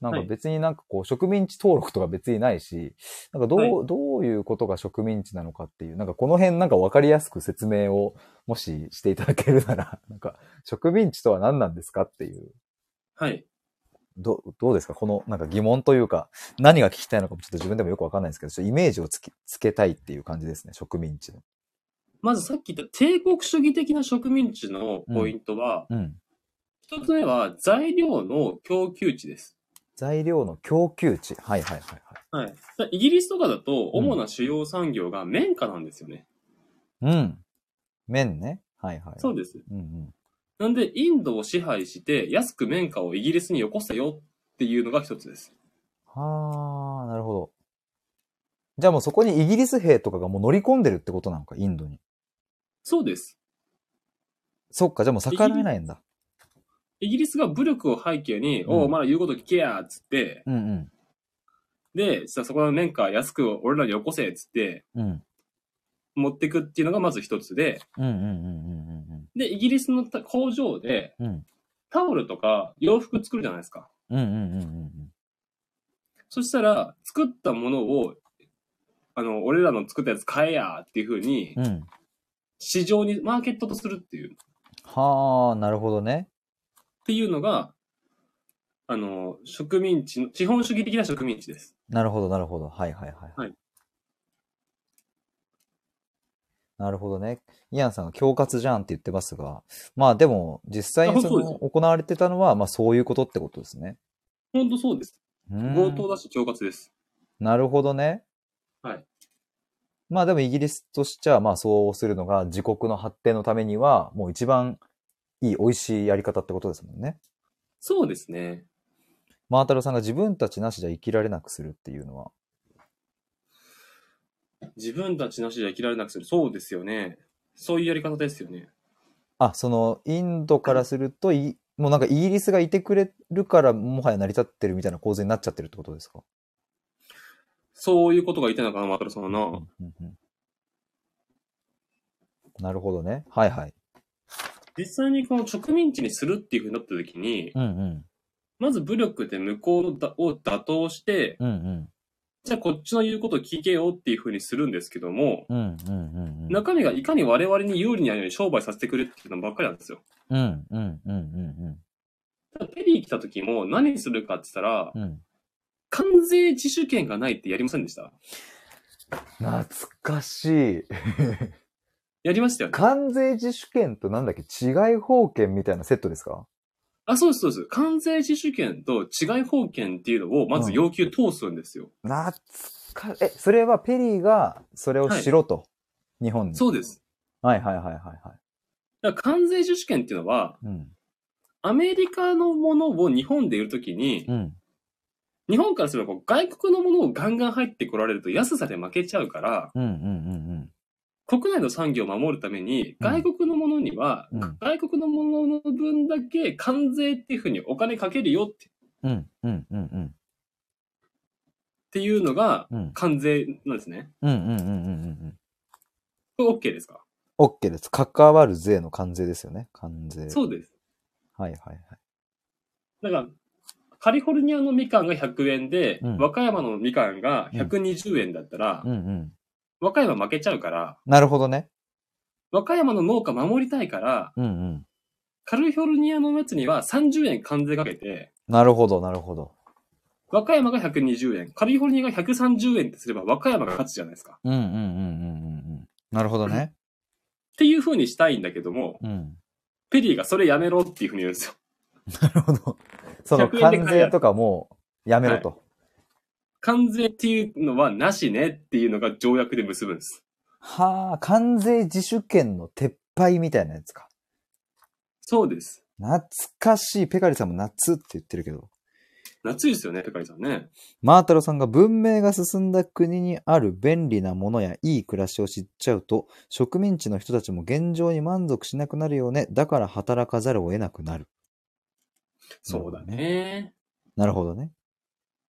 なんか
はい
別になんかこう植民地登録とか別にないし、なんかどう、
はい
どういうことが植民地なのかっていう、なんかこの辺なんかわかりやすく説明をもししていただけるなら、なんか植民地とは何なんですかっていう、
はい。
どう、どうですかこのなんか疑問というか、何が聞きたいのかもちょっと自分でもよくわかんないんですけど、ちょっとイメージをつけ、つけたいっていう感じですね、植民地の。
まずさっき言った帝国主義的な植民地のポイントは、
うん。
一、つ目は材料の供給地です。
材料の供給地。はいはいはいはい。
はい。イギリスとかだと主な主要産業が綿花なんですよね。
うん。麺ね。はいはい。
そうです。
うんうん。
なんでインドを支配して安く綿花をイギリスによこせよっていうのが一つです。
はあ、なるほど。じゃあもうそこにイギリス兵とかがもう乗り込んでるってことなのか、インドに。
そうです。
そっか、じゃあもう逆らえないんだ。
イギリスが武力を背景に、
うん
おうお前ら言うこと聞けやっつって、
うん
で、さそこの綿花安く俺らによこせっつって、
うん。うん。
持ってくっていうのがまず一つで、
うんうんうんうんうん
で、イギリスのた工場で
うん。うん。
タオルとか洋服作るじゃないですか。
うんうんうんうん
そしたら、作ったものを、あの、俺らの作ったやつ買えやっていう風に
う、ん。うん。
市場に、マーケットとするっていう、っ
はあ、なるほどね。
ていうのが、あの、植民地の、資本主義的な植民地です。
なるほど、なるほど。はいはいはい。
はい
なるほどね。イアンさんが恐喝じゃんって言ってますが、まあでも、実際にそ
あそうです
の行われてたのは、まあそういうことってことですね。
ほんとそうです。
うーん
強盗だし、恐喝です。
なるほどね。
はい。
まあでもイギリスとしては、まあそうするのが自国の発展のためには、もう一番いい、美味しいやり方ってことですもんね。
そうですね。
マータロさんが自分たちなしじゃ生きられなくするっていうのは。
自分たちなしじゃ生きられなくする。そうですよね。そういうやり方ですよね。
あ、その、インドからすると、いもうなんかイギリスがいてくれるから、もはや成り立ってるみたいな構図になっちゃってるってことですか
そういうことが言いたいのかな、マトロさんは
う
な。
んうんうんなるほどね。はいはい。
実際にこの植民地にするっていう風になった時に、
うんうん。
まず武力で向こうのだを打倒して、
うんうん。
じゃあこっちの言うこと聞けよっていう風にするんですけども、
うんうんうんうん。
中身がいかに我々に有利になるように商売させてくれっていうのばっかりなんですよ。
うんうんうんうん
ただペリー来た時も何するかって言ったら
うん。、うん。
関税自主権がないってやりませんでした
懐かしい。
やりましたよね。
関税自主権となんだっけ違い法権みたいなセットですか
あ、そうです、そうです。関税自主権と違い法権っていうのをまず要求通すんですよ。
懐かえ、それはペリーがそれをしろと。日本に。
そうです。
はいはいはいはいは
だから関税自主権っていうのは、
い。うん。
アメリカのものを日本で売るときに、
うん。
日本からすればこう外国のものをガンガン入ってこられると安さで負けちゃうから、
うんうんうん
国内の産業を守るために、
うん
外国のものには、
うん
外国のものの分だけ関税っていうふうにお金かけるよってっ
うん。うんうんうんうん。
ていうのが
うん
関税なんですね。
うんうんうんうんうん。
これ OK ですか
OK です。関わる税の関税ですよね。関税。
そうです。
はいはいはい。
だから、カリフォルニアのみかんが100円で、
うん
和歌山のみかんが120円だったら、
うんうん。
和歌山負けちゃうから、
なるほどね。
和歌山の農家守りたいから、
うんうん。
カリフォルニアのやつには30円関税かけて、
なるほど、なるほど。
和歌山が120円、カリフォルニアが130円ってすれば和歌山が勝ちじゃないですか。っ
うんうんうんうんうんうん。なるほどね。
ていう風にしたいんだけども、
うん。
ペリーがそれやめろっていう風に言うんですよ。
なるほど。その
100円で
関
買
税
えや
とかもうやめろと。
関税っていうのはなしねっていうのが条約で結ぶんです。
はあ、関税自主権の撤廃みたいなやつか。
そうです。
懐かしい。ペカリさんも夏って言ってるけど。
夏いですよね、ペカリさんね。
マータロさんが文明が進んだ国にある便利なものやいい暮らしを知っちゃうと、植民地の人たちも現状に満足しなくなるよね。だから働かざるを得なくなる。
そうだね。
なるほどね。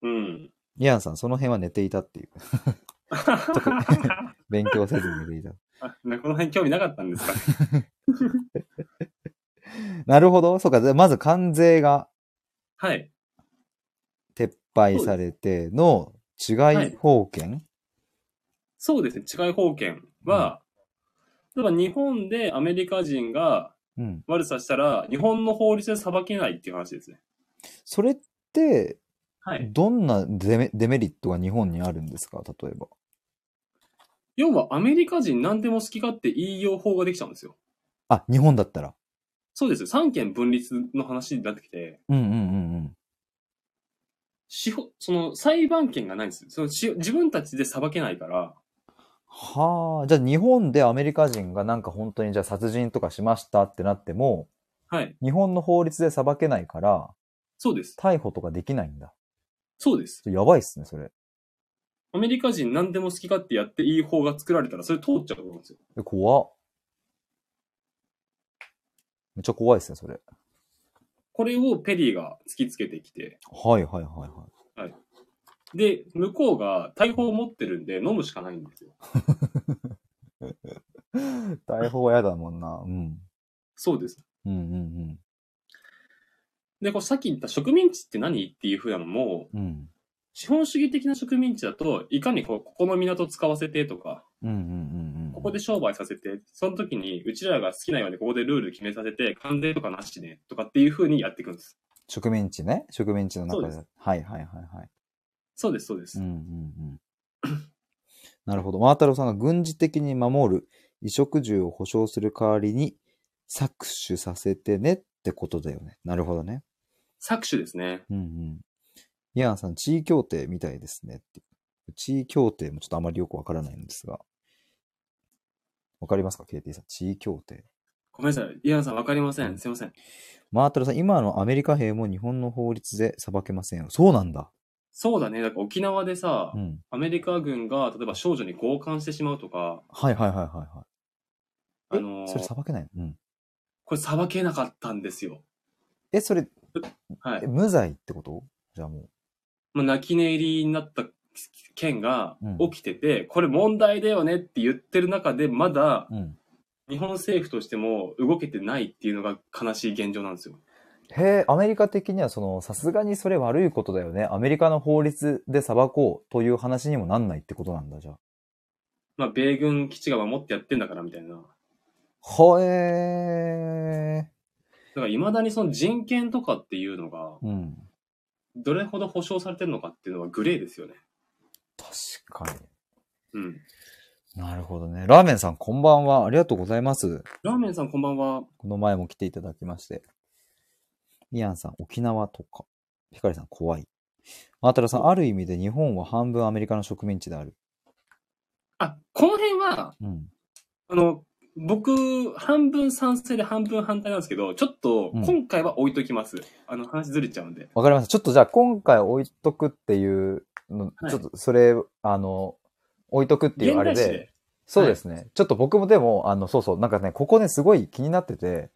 うん。
イアンさん、その辺は寝ていたっていう。
あ
勉強せずに寝ていた。
この辺興味なかったんですか
なるほど。そうか。でまず関税が
はい。
撤廃されての違い法権、
そうですね、違い保険は、例えば日本でアメリカ人が
うん。
悪さしたら、日本の法律で裁けないっていう話ですね。
それって、
はい。
どんなデメデメリットが日本にあるんですか例えば。
要はアメリカ人何でも好き勝手言いよう法ができちゃうんですよ。
あ、日本だったら。
そうですよ。三権分立の話になってきて、
うんうんうん
司法、その裁判権がないんですよ。そのし自分たちで裁けないから、
うん。はあ。じゃあ日本でアメリカ人がなんか本当にじゃあ殺人とかしましたってなっても、
はい。
日本の法律で裁けないから、
そうです。
逮捕とかできないんだ。
そうです。
ちょっとやばいっすね、それ。
アメリカ人何でも好き勝手やっていい法が作られたら、それ通っちゃうと思うんですよ。
え怖っ。めっちゃ怖いっすね、それ。
これをペリーが突きつけてきて、
はいはいはいはい。
で、向こうが大砲を持ってるんで飲むしかないんですよ。
逮捕は嫌だもんな。うん。
そうです。
うんうん
で、こうさっき言った植民地って何っていう風なのも、
うん。うん。
資本主義的な植民地だといかにこうここの港使わせてとか、
うんうんうんうん。
ここで商売させて、その時にうちらが好きなようにここでルール決めさせて、関税とかなしね、とかっていう風にやっていくんです。
植民地ね。植民地の中で。
そう
はいはいはいはい。
そうです、そうです。
うんうんうん。 なるほど。マータロウさんが軍事的に守る、衣食住を保障する代わりに搾取させてねってことだよね。なるほどね。
搾取ですね。
うんうん。イアンさん、地位協定みたいですねって。地位協定もちょっとあまりよくわからないんですが。わかりますか ?KT さん。地位協定。
ごめんなさい。イアンさんわかりません。すいません。
マータロウさん、今のアメリカ兵も日本の法律で裁けませんよ。そうなんだ。
そうだね。だから沖縄でさ、
うん。
アメリカ軍が例えば少女に強姦してしまうとか、
はいはいはいはいはい。
あのー
それ裁けないのうん。
これ裁けなかったんですよ。
え、それ、
はい
え。無罪ってことじゃあも
まあ、泣き寝入りになった件が
うん
起きてて、これ問題だよねって言ってる中で、まだ
う。うん。
日本政府としても動けてないっていうのが悲しい現状なんですよ。
へえ、アメリカ的にはその、さすがにそれ悪いことだよね。アメリカの法律で裁こうという話にもなんないってことなんだ、じゃあ。
まあ、米軍基地が守ってやってんだからみたいな。だ
はえ
から未だにその人権とかっていうのが、
ー。うん。
どれほど保障されてるのかっていうのはグレーですよね。
確かに。
うん。
なるほどね。ラーメンさん、こんばんは。ありがとうございます。
ラーメンさんこんばんは。
この前も来ていただきまして。イアンさん、沖縄とか。ヒカリさん、怖い。マータラさん、ある意味で日本は半分アメリカの植民地である。
あ、この辺は、
うん。
あの、僕、半分賛成で半分反対なんですけど、ちょっと、
うん
今回は置いときます。あの、話ずれちゃうんで。
わかりました。ちょっとじゃあ今回置いとくっていうの、
はい
ちょっとそれ、あの、置いとくっていうあれ
現代
で、
史で。
そうですね、ちょっと僕もでも、あの、そうそう、なんかね、ここね、すごい気になってて、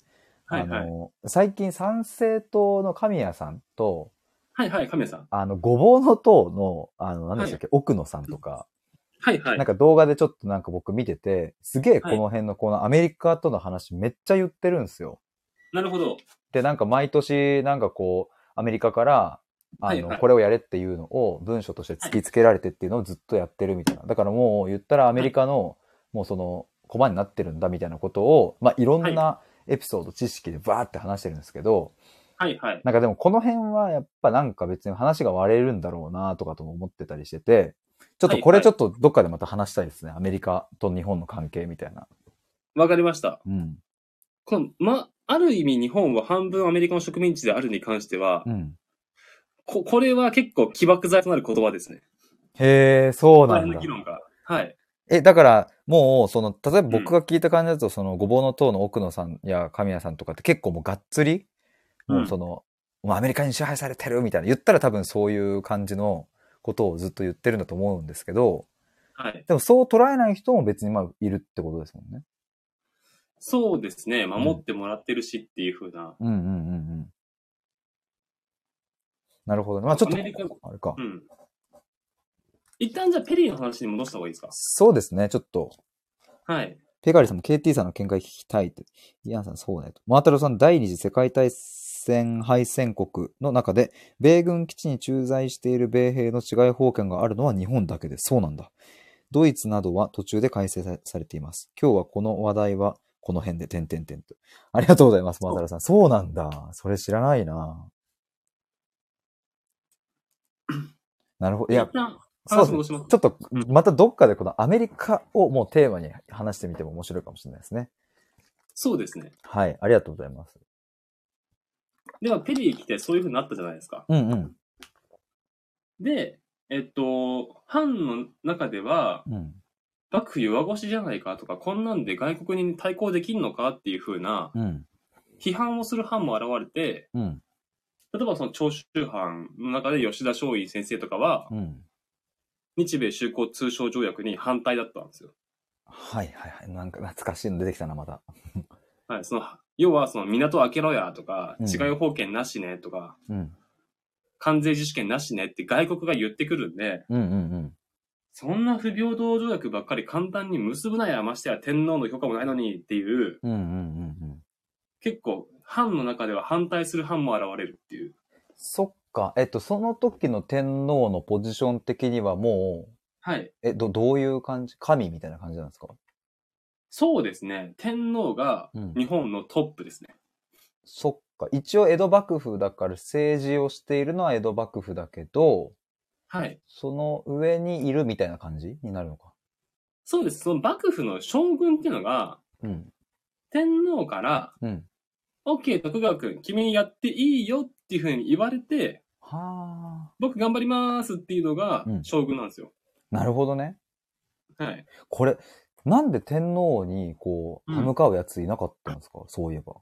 はいは
あ
い。
の、最近参政党の神谷さんと、
はいはい、亀さん。
あの、ごぼうの党の、あの、何でしたっけ、奥野さんとか、
はいはい。
なんか動画でちょっとなんか僕見てて、すげえこ
はい
の辺のこのアメリカとの話めっちゃ言ってるんですよ。
なるほど。
で、なんか毎年、なんかこう、アメリカから、あ
はい
の、
はい
これをやれっていうのを文書として突きつけられてっていうのをずっとやってるみたいな。だからもう言ったらアメリカの、もうその、コマになってるんだみたいなことを、まあ、いろんなエピソード、知識でバーって話してるんですけど、
はいはい。
なんかでもこの辺はやっぱなんか別に話が割れるんだろうなとかとも思ってたりしてて、ちょっとこ
は
れ
いはい
ちょっとどっかでまた話したいですね。アメリカと日本の関係みたいな。
わかりました。
うん。
この、ま、ある意味日本は半分アメリカの植民地であるに関しては、
うん。
こ、これは結構起爆剤となる言葉ですね。
へえ、そう
この
なん
辺
だ
の議。論が。はい。
え、だから、もう、その、例えば僕が聞いた感じだと、その、ごぼうの塔の奥野さんや神谷さんとかって結構もうがっつり、
うん
もうその、もうアメリカに支配されてるみたいな、言ったら多分そういう感じのことをずっと言ってるんだと思うんですけど、
はい。
でもそう捉えない人も別にまあいるってことですもんね。
そうですね。守ってもらってるしっていうふうな。
うんうんうんうん。なるほどね。まあちょっと、
アメリカ
あれか
う。ん。一旦じゃあペリーの話に戻した方がいいですか
そうですね、ちょっと。
はい。
ペガリさんも KT さんの見解聞きたいと。イアンさん、そうねと。マータロさん、第二次世界大戦敗戦国の中で、米軍基地に駐在している米兵の治外法権があるのは日本だけです。そうなんだ。ドイツなどは途中で改正さされています。今日はこの話題はこの辺で、点々点と。ありがとうございます、マータロさん。そうなんだ。それ知らないな。なるほど。いや
一、旦
そう
話
で
戻
す
し
ね
ます。
ちょっと
うん、
またどっかでこのアメリカをもうテーマに話してみても面白いかもしれないですね。
そうですね。
はい。ありがとうございます。
では、ペリー来てそういうふうになったじゃないですか。
うんうん。
で、えっと、藩の中では、
うん。
幕府弱腰じゃないかとか、こんなんで外国に対抗できんのかっていうふうな
うん。
批判をする藩も現れて、
うん。
例えばその長州藩の中で吉田松陰先生とかは
う、ん。
日米修好通商条約に反対だったんですよ。
はいはいはい。なんか懐かしいの出てきたな、また。
はい、その、要はその港開けろやとか、
うん
違い保険なしねとか、
うん。
関税自主権なしねって外国が言ってくるんで、
うんうん
そんな不平等条約ばっかり簡単に結ぶなや、ましてや天皇の許可もないのにっていう、
うん。うんうんうんうん。
結構、藩の中では反対する藩も現れるっていう。
そっか。えっと、その時の天皇のポジション的にはも
はい。
う、え、ど、どういう感じ神みたいな感じなんですか
そうですね。天皇が
うん
日本のトップですね。
そっか。一応江戸幕府だから政治をしているのは江戸幕府だけど、
はい。
その上にいるみたいな感じになるのか。
そうです。その幕府の将軍っていうのが、
うん。
天皇から、
うん。
OK、徳川君、君やっていいよっていうふうに言われて、
はあ。
僕頑張りますっていうのが
うん
将軍なんですよ。
なるほどね。
はい。
これ、なんで天皇に、こう、
うん
歯向かうやついなかったんですか、そういえば。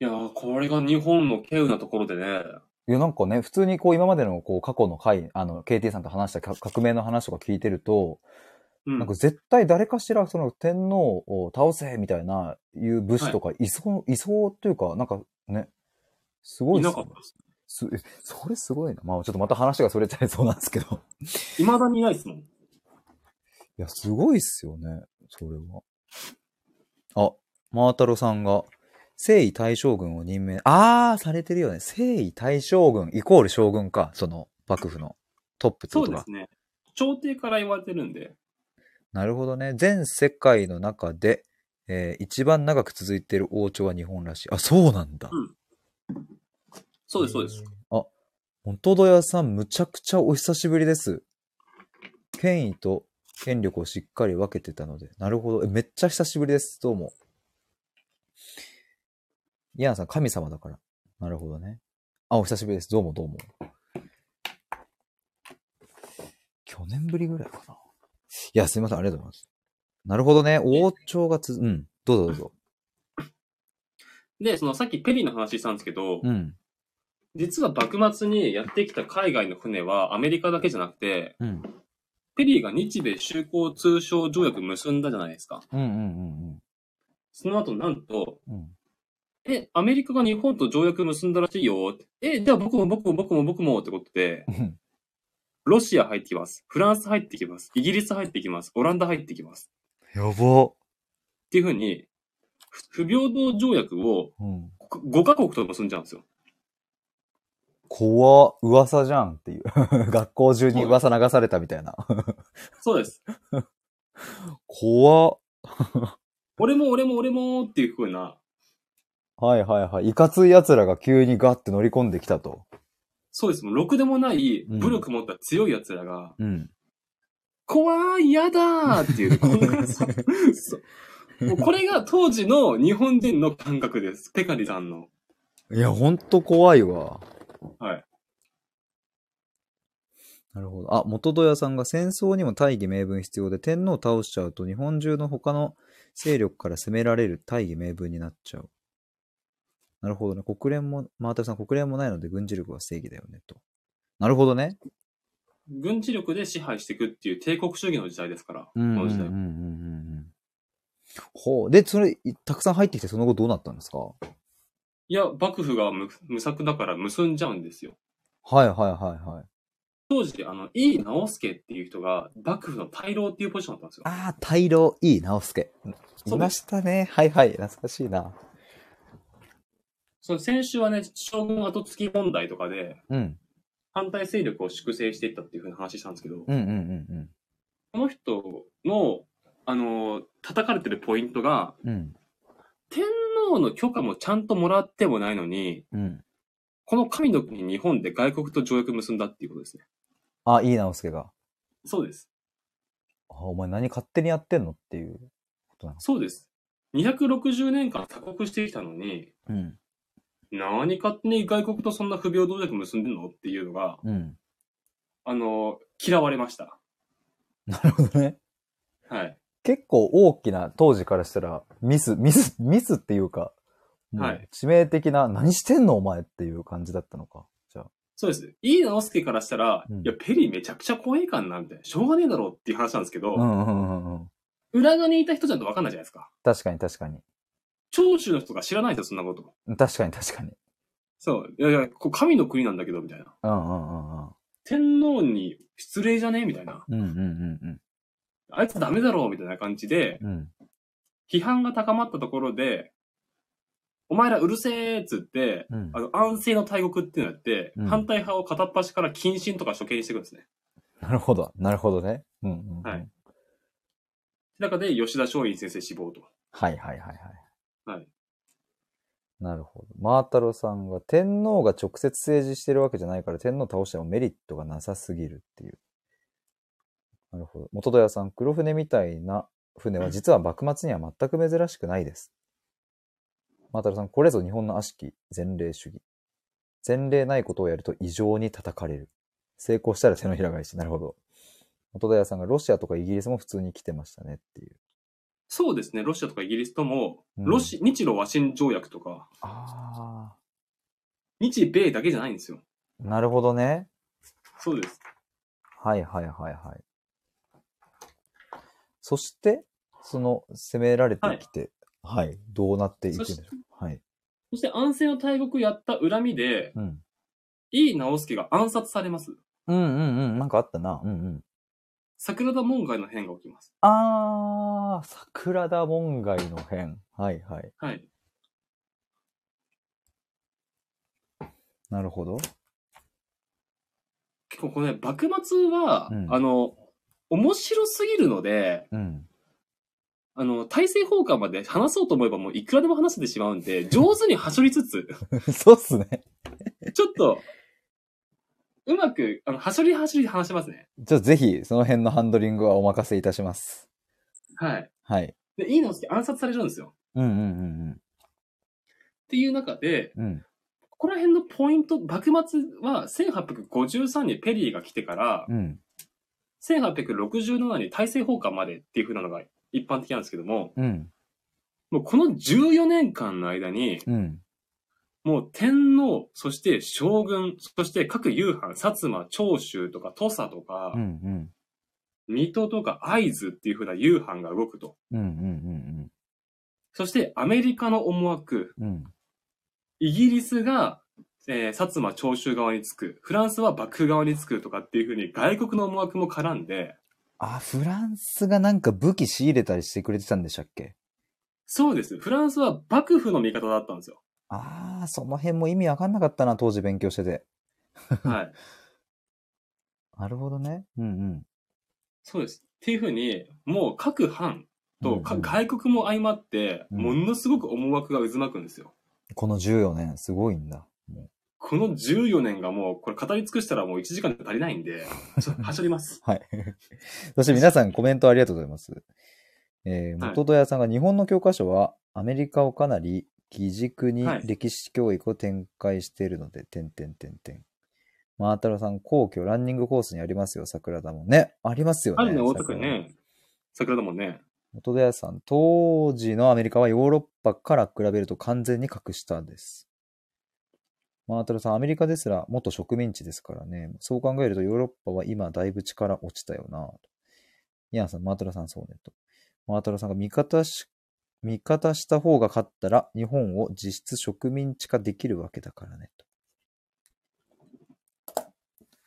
いやー、これが日本の稀有なところでね。
いや、なんかね、普通にこう、今までの、こう、過去の回、あの、KT さんと話したか革命の話とか聞いてると、
うん。
なんか絶対誰かしら、その、天皇を倒せみたいな、いう武士とか、いそう、い、そうというか、なんかね、すごい
い
っす
な
ね
かったです。
すえそれすごいな。まあ、ちょっとまた話がそれちゃいそうなんですけど。
未だにいないですもん。
いや、すごいっすよね、それは。あ、マータロさんが、征夷大将軍を任命、あー、されてるよね。征夷大将軍イコール将軍か、その、幕府のトップって
そ
こ
う
と
で
か
す。ね。朝廷から言われてるんで。
なるほどね。全世界の中で、えー一番長く続いている王朝は日本らしい。あ、そうなんだ。
そうです、そうです。。
あ、元戸屋さん、むちゃくちゃお久しぶりです。権威と権力をしっかり分けてたので。なるほど。えめっちゃ久しぶりです。どうも。イアンさん、神様だから。なるほどね。あ、お久しぶりです。どうもどうも。去年ぶりぐらいかな。いや、すいません。ありがとうございます。なるほどね。王朝がつ、うん。どうぞどうぞ。
で、そのさっきペリーの話したんですけど、
うん。
実は幕末にやってきた海外の船はアメリカだけじゃなくて、
うん。
ペリーが日米修好通商条約結んだじゃないですか。
うんうんうん
その後なんと、
うん。うん。
え、アメリカが日本と条約結んだらしいよ。え、じゃあ僕も僕も僕も僕もってことで、
うん
ロシア入ってきます。フランス入ってきます。イギリス入ってきます。オランダ入ってきます。
やば。
っていうふうに、ふ不平等条約を
うん。
5カ国と結んじゃうんですよ。
怖っ噂じゃんっていう。 学校中に噂流されたみたいな。
そうです。
怖っ
俺も俺も俺もっていうふうな、
はいはいはい。いかつい奴らが急にガッて乗り込んできたと。
そうです。もうろくでもない
うん
武力持った強い奴らが、
うん。
怖い、やだーっ ていう、こんなさそうもうこれが当時の日本人の感覚です。ペカリさんの。
いや、ほんと怖いわ。
はい。
なるほど。あ、元戸屋さんが戦争にも大義名分必要で、天皇を倒しちゃうと日本中の他の勢力から攻められる大義名分になっちゃう。なるほどね。国連も、マータルさん、国連もないので軍事力は正義だよね、と。なるほどね。
軍事力で支配していくっていう帝国主義の時代ですから、
うんうん
こ
う
の
んうん
時
うん
代
う
は。
ん。ほう。で、それ、いたくさん入ってきて、その後どうなったんですか
いや、幕府が無無策だから結んじゃうんですよ。
はいはいはいはい。
当時、あの、井伊直弼っていう人が幕府の大老っていうポジションだったんですよ。
ああ、大老いい直輔。いましたね。はいはい。懐かしいな。
その先週はね、将軍後継ぎ問題とかで
うん。
反対勢力を粛清していったっていうふうな話したんですけど、
うんうんうん
この人の、あの、叩かれてるポイントが、
うん。うん。
天皇の許可もちゃんともらってもないのに、
うん。
この神の国日本で外国と条約結んだっていうことですね。
あ、いい直輔が。
そうです。
あ、お前何勝手にやってんのっていうことなんです。
そうです。260年間鎖国してきたのに、
うん。
何勝手に外国とそんな不平等条約結んでんのっていうのが、
うん。
あの、嫌われました。
なるほどね。
はい。
結構大きな、当時からしたら、ミス、ミス、ミスっていうか、もう
はい
致命的な、何してんのお前っていう感じだったのか。じゃあ。
そうです。いい直輔からしたら、
うん
いや、ペリーめちゃくちゃ怖いかんな、みたいな。しょうがねえだろうっていう話なんですけど、
うんうんうんうん。
裏側にいた人じゃんとわかんないじゃないですか。
確かに確かに。
長州の人が知らないですよ、そんなこと。
確かに確かに。
そう。いやいや、こう神の国なんだけど、みたいな。
うんうんうんうん。
天皇に失礼じゃねえみたいな。
うんうんうん
あいつダメだろうみたいな感じで、
うん。うん。
批判が高まったところで、お前らうるせえっつって、
うん
あの、安政の大国っていうのやって、
うん
反対派を片っ端から謹慎とか処刑にしていくんですね。
なるほど。なるほどね。うんうん、うん。
はい。中で吉田松陰先生死亡と。
はいはいはいはい。
はい。
なるほど。マータロさんが天皇が直接政治してるわけじゃないから天皇倒してもメリットがなさすぎるっていう。なるほど。元戸屋さん、黒船みたいな船は実は幕末には全く珍しくないです。マータロさん、これぞ日本の悪しき前例主義。前例ないことをやると異常に叩かれる。成功したら手のひら返し。なるほど。元戸屋さんがロシアとかイギリスも普通に来てましたねっていう。
そうですね、ロシアとかイギリスとも、
うん
ロシ、日露和親条約とか、
ああ。
日米だけじゃないんですよ。
なるほどね。
そうです。
はいはいはいはい。そして、その、攻められてきて、はい、どうなっていくんでしょ。
そう
はい。
そして安政の大国やった恨みで、
うん。
井伊直輔が暗殺されます。
うんうんうん、なんかあったな。うんうん。
桜田門外の変が起きます。
あー、桜田門外の変。はいはい。
はい。
なるほど。
結構これ、ね、幕末は、
うん
あの、面白すぎるので、
うん。
あの、大政奉還まで話そうと思えばもういくらでも話せてしまうん で、上手に走りつつ、
そうっすね。
ちょっと、うまく、あの、はしょりはしょりで話しますね。
じゃあぜひ、その辺のハンドリングはお任せいたします。
はい。
はい。
で、いいのって暗殺されるんですよ。
うんうんうん
っていう中で、
うん。うん。
ここら辺のポイント、幕末は1853にペリーが来てから、
うん。
1867に大政奉還までっていう風なのが一般的なんですけども、
うん。
もうこの14年間の間に、
うん。
もう天皇、そして将軍、そして各夕飯、薩摩、長州とか土佐とか、
うん。うん。
水戸とか会津っていう風な夕飯が動くと。
うん。うん。
そしてアメリカの思惑、
うん。うん。
イギリスが、えー薩摩長州側につく、フランスは幕府側につくとかっていう風に外国の思惑も絡んで、
あ、フランスがなんか武器仕入れたりしてくれてたんでしたっけ
そうです。フランスは幕府の味方だったんで すよ。
ああ、その辺も意味わかんなかったな、当時勉強してて。
はい。
なるほどね。うんうん。
そうです。っていう風に、もう各藩
うんう
と
ん
か外国も相まって、
うん
ものすごく思惑が渦巻くんですよ。
この14年、すごいんだ。もう
この14年がもう、これ語り尽くしたらもう1時間足りないんで、ちょっと走 ります。
はい。そして皆さんコメントありがとうございます。えー、
はい
元戸屋さんが日本の教科書はアメリカをかなり基軸に
はい
歴史教育を展開しているので、点点点点。マータロさん、皇居ランニングコースにありますよ、桜田もね。ありますよね。
あるね、大田区
桜田
ね。桜田もね。
元田屋さん、当時のアメリカはヨーロッパから比べると完全に格下です。マートルさん、アメリカですら元植民地ですからね。そう考えるとヨーロッパは今だいぶ力落ちたよなと。イアンさん、マートルさんそうねと。マートルさんが味方し、味方した方が勝ったら日本を実質植民地化できるわけだからねと。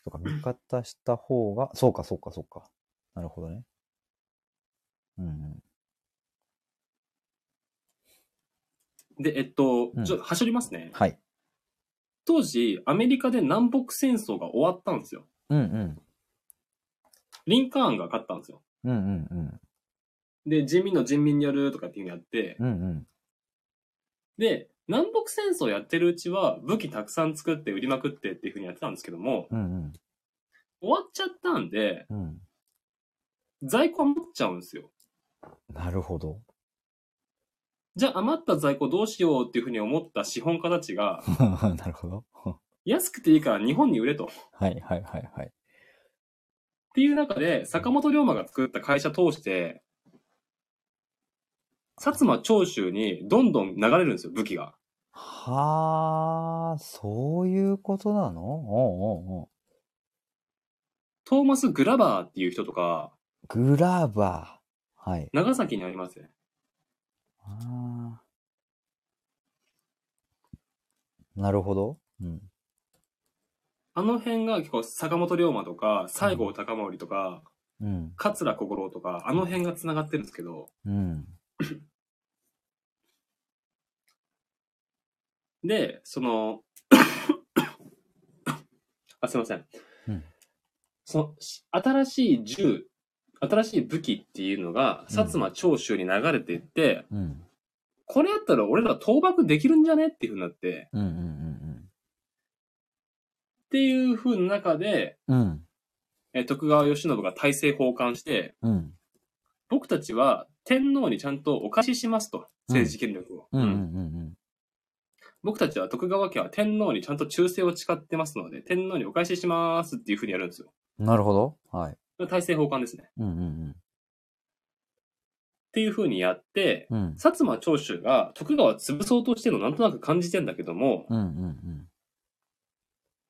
そうか、味方した方が、そうか、そうか、そうか。なるほどね。うんうん。
で、えっと
う、ん
ちょっと走りますね。
はい。
当時、アメリカで南北戦争が終わったんですよ。
うんうん。
リンカーンが勝ったんですよ。
うんうんうん。
で、人民の人民によるとかっていう風にやって、
うんうん。
で、南北戦争やってるうちは武器たくさん作って売りまくってっていう風にやってたんですけども、
うん
終わっちゃったんで、
うん。うん。
在庫余っちゃうんですよ。
なるほど。
じゃあ余った在庫どうしようっていう風に思った資本家たちが、
なるほど。
安くていいから日本に売れと。っ
はいはいはいはい。
ていう中で、坂本龍馬が作った会社通して、薩摩長州にどんどん流れるんですよ、武器が。
はあ、そういうことなのおうおうおう
トーマス・グラバーっていう人とか、
グラバー。はい。
長崎にありますね。
あーなるほど。うん。
あの辺が結構坂本龍馬とか、西郷隆盛とか、
うん。
桂小五郎とか、あの辺が繋がってるんですけど、
うん。
で、その、 あ、すいません。
うん
その、し新しい銃、新しい武器っていうのが、
うん
薩摩長州に流れていって、
うん。
これやったら俺ら倒幕できるんじゃねっていう風になって、
うんうんうん
っていう風な中で、
うん。うん。
えー徳川慶喜が大政奉還して、
うん。
僕たちは天皇にちゃんとお貸ししますと、政治権力を。
うんうんう
うん
ん
僕たちは徳川家は天皇にちゃんと忠誠を誓ってますので、天皇にお返ししますっていう風にやるんですよ。
うん。なるほど。はい。
大政奉還ですね。っ
うんうん
ていう風にやって、
うん。うん。
薩摩長州が徳川を潰そうとしてるのをなんとなく感じてんだけども、
うんうん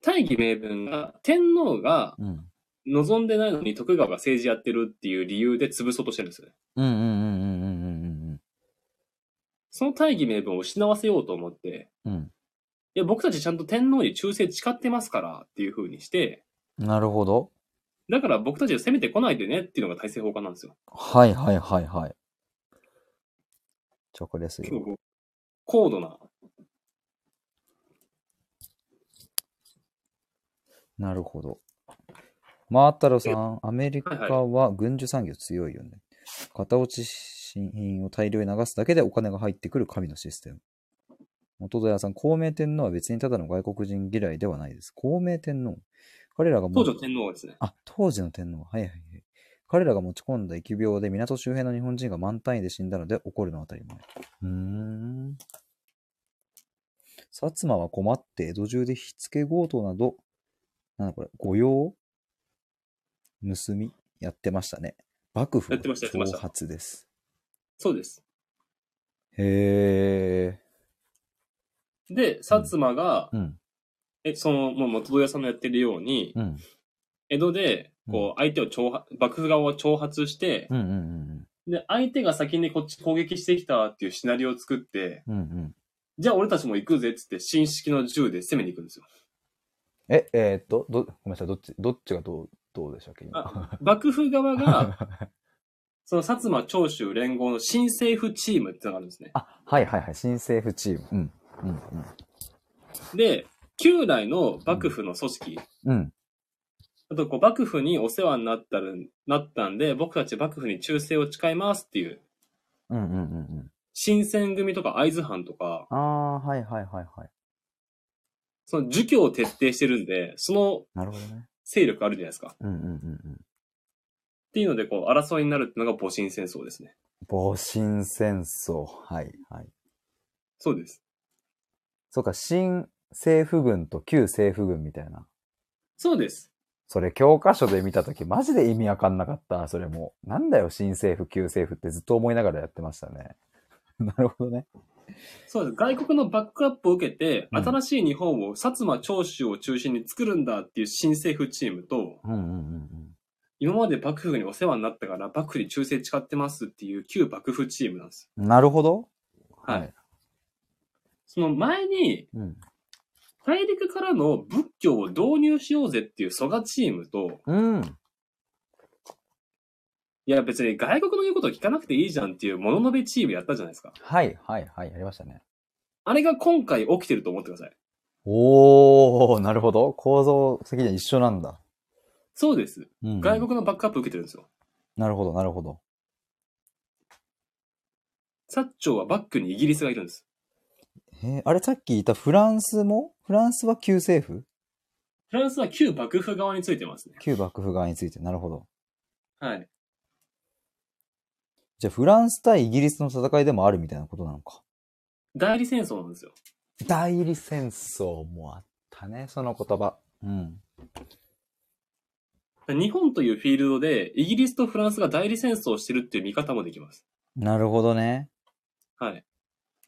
大義名分が天皇が
うん。うん。
望んでないのに徳川が政治やってるっていう理由で潰そうとしてるんですよね。
うんうんうんうんうんうん
その大義名分を失わせようと思って、
うんうん。
いや、僕たちちゃんと天皇に忠誠誓ってますからっていう風にして、
なるほど。
だから僕たちを攻めてこないでねっていうのが大政奉還なんですよ。
はいはいはいはい。チョコレス
結構
よ。
こう高度な。
なるほど。マータロさん、アメリカは軍需産業強いよね。型落ち品を大量に流すだけでお金が入ってくる神のシステム。元戸屋さん、孔明天皇は別にただの外国人嫌いではないです。孔明天皇。彼らがも
当
う
時の天皇はですね。
あ、当時の天皇。はいはいはい。彼らが持ち込んだ疫病で港周辺の日本人が満単位で死んだので起こるのは当たり前。うーん。薩摩は困って江戸中で火付け強盗など、なんだこれ、御用盗みやってましたね。幕府
やってましたやってました
発です。
そうです。
へ
で、薩摩が、
ー。うん。
え、その、もう元屋さんのやってるように
う、ん。
江戸で、こう、相手を挑発、幕府側を挑発して
う、んうん
で、相手が先にこっち攻撃してきたっていうシナリオを作って、
うん。うんうん。
じゃあ俺たちも行くぜっつって、新式の銃で攻めに行く んですよ。
え、えーっと、ど、ごめんなさい、どっち、どっちがどう、どうでしたっけ、今。
幕府側が、 その薩摩長州連合の新政府チームってのがあるんですね。
あ、はいはいはい、新政府チーム。うん。うん
で、旧来の幕府の組織、
うん。うん。
あとこう幕府にお世話になったるなったんで、僕たち幕府に忠誠を誓いますっていう、
うんうんうんうん。
新選組とか会津藩とか、
ああ、はいはいはいはい。
その儒教を徹底してるんで、その
なるほどね。
勢力あるじゃないですか。っ
うんうんうんうん。
ていうので、こう、争いになるってのが戊辰戦争ですね。
戊辰戦争。はいはい。
そうです。
そうか、新政府軍と旧政府軍みたいな。
そうです。
それ教科書で見たとき、マジで意味わかんなかった。それもう、なんだよ、新政府、旧政府ってずっと思いながらやってましたね。 なるほどね。
そうです。外国のバックアップを受けて、
うん
新しい日本を薩摩長州を中心に作るんだっていう新政府チームと、
うんうんうん
今まで幕府にお世話になったから幕府に忠誠誓ってますっていう旧幕府チームなんです。
うん。なるほど。
はい。。その前に、
うん。
大陸からの仏教を導入しようぜっていう蘇我チームと、
うん。
いや別に外国の言うことを聞かなくていいじゃんっていう物のべチームやったじゃないですか。
はいはいはい、やりましたね。
あれが今回起きてると思ってください。
おー、なるほど。構造的には一緒なんだ。
そうです。
うん
外国のバックアップ受けてるんですよ。
なるほど、なるほど。
薩長はバックにイギリスがいるんです。
へーあれさっき言ったフランスもフランスは旧政府
フランスは旧幕府側についてますね。
旧幕府側について。なるほど。
はい。
じゃあフランス対イギリスの戦いでもあるみたいなことなのか。
代理戦争なんですよ。
代理戦争もあったね、その言葉。うん。
日本というフィールドで、イギリスとフランスが代理戦争をしてるっていう見方もできます。
なるほどね。
はい。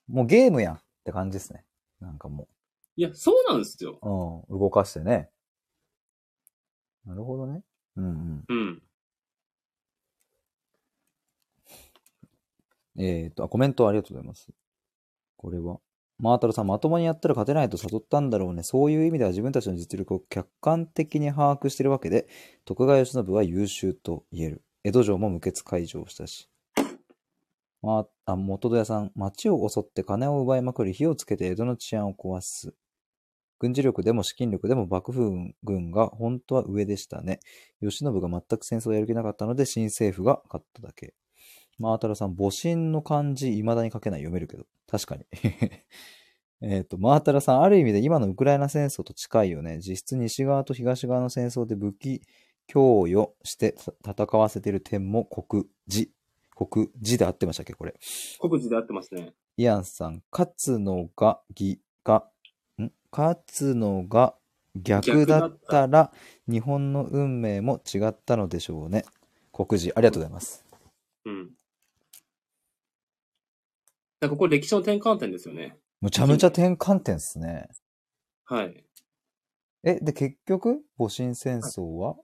もうゲームやんって感じですね。なんかも
いや、そうなんですよ。
う、うん、動かしてね。なるほどね。うん
うん。
うん。えっ、とあ、コメントありがとうございます。これは。マータルさん、まともにやったら勝てないと悟ったんだろうね。そういう意味では自分たちの実力を客観的に把握してるわけで、徳川慶喜は優秀と言える。江戸城も無血解除をしたし。まあ、あ元戸屋さん、町を襲って金を奪いまくり、火をつけて江戸の治安を壊す。軍事力でも資金力でも幕府軍が本当は上でしたね。慶喜が全く戦争をやる気なかったので、新政府が勝っただけ。まあ、太郎さん、戊辰の漢字、未だに書けない、読めるけど。確かに。 えっと、マータラさん、ある意味で今のウクライナ戦争と近いよね。実質西側と東側の戦争で武器供与して戦わせている点も国事。国事で合ってましたっけこれ。
国事であってますね。
イアンさん、勝つのが、ぎ、が、ん勝つのが逆だったら、日本の運命も違ったのでしょうね。国事、ありがとうございます。
うん。だからここ歴史の転換点ですよね。
むちゃむちゃ転換点ですね。
はい。
え、で、結局、戊辰戦争は、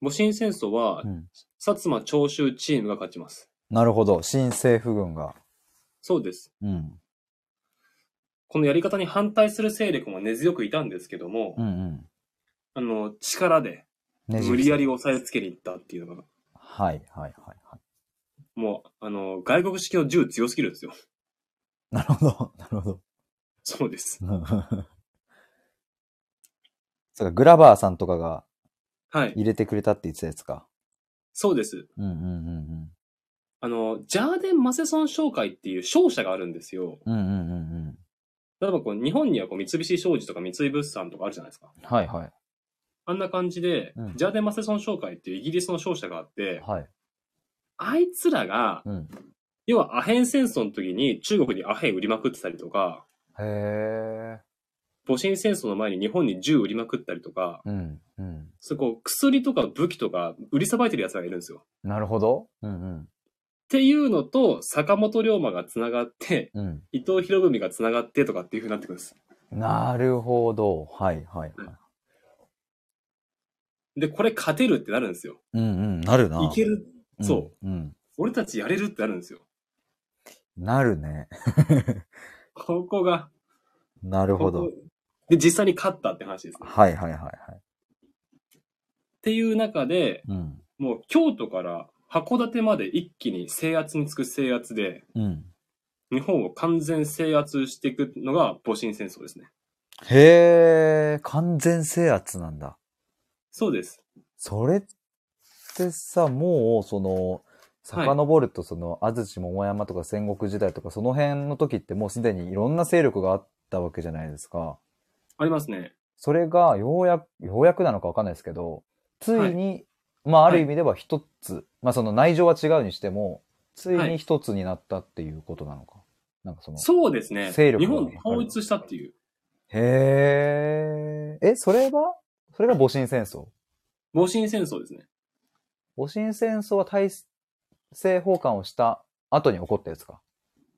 戊辰戦争は
う、ん。
薩摩長州チームが勝ちます。
なるほど。新政府軍が。
そうです。
うん。
このやり方に反対する勢力も根強くいたんですけども、
うんうん。
あの、力で
ねじ伏せ
無理やり押さえつけに行ったっていうのが、
はいはいはいはい。
もう、あの、外国式の銃強すぎるんですよ。
なるほど。 なるほど。
そうです。
うんそうか、グラバーさんとかが
はい。
入れてくれたって言ってたやつか。
そうです。
うんうんうん
あの、ジャーデン・マセソン商会っていう商社があるんですよ。
うん。うんうんうんうん。
例えばこう、日本にはこう三菱商事とか三井物産とかあるじゃないですか。
はいはい。
あんな感じで、
うん
ジャーデン・マセソン商会っていうイギリスの商社があって、
はい。
あいつらが、
うん。
要はアヘン戦争の時に中国にアヘン売りまくってたりとか、
へえ。
戊辰戦争の前に日本に銃売りまくったりとか、
うんうん。
そこ薬とか武器とか売りさばいてる奴らがいるんですよ。
なるほど。うんうん。
っていうのと、坂本龍馬がつながって、
うん。
伊藤博文がつながってとかっていう風になってくるんです。
なるほど。はいはいはい。
で、これ勝てるってなるんですよ。
うんうん。なるな。
いける。
うん
そう。
うん。
俺たちやれるってなるんですよ。
なるね。
ここが。
なるほど
こ。こで、実際に勝ったって話ですね。
はいはいはいはい。
っていう中で、
うん。
もう京都から函館まで一気に制圧につく制圧で、
うん。
日本を完全制圧していくのが戊辰戦争ですね。
へえ、完全制圧なんだ。
そうです。
それってさ、もう、その、
はい
遡ると、その、安土桃山とか戦国時代とか、その辺の時ってもうすでにいろんな勢力があったわけじゃないですか。
ありますね。
それが、ようやく、ようやくなのかわかんないですけど、ついに、まあ、ある意味では一つ、まあ、その内情は違うにしても、つい
は
に
い
一つになったっていうことなのか。なんかその、
そうですね。
勢力
日
が
本統一したっていう。
へえ、え、それはそれが戊辰戦争
戊辰戦争ですね。
戊辰戦争は大政奉還をした後に起こったやつか。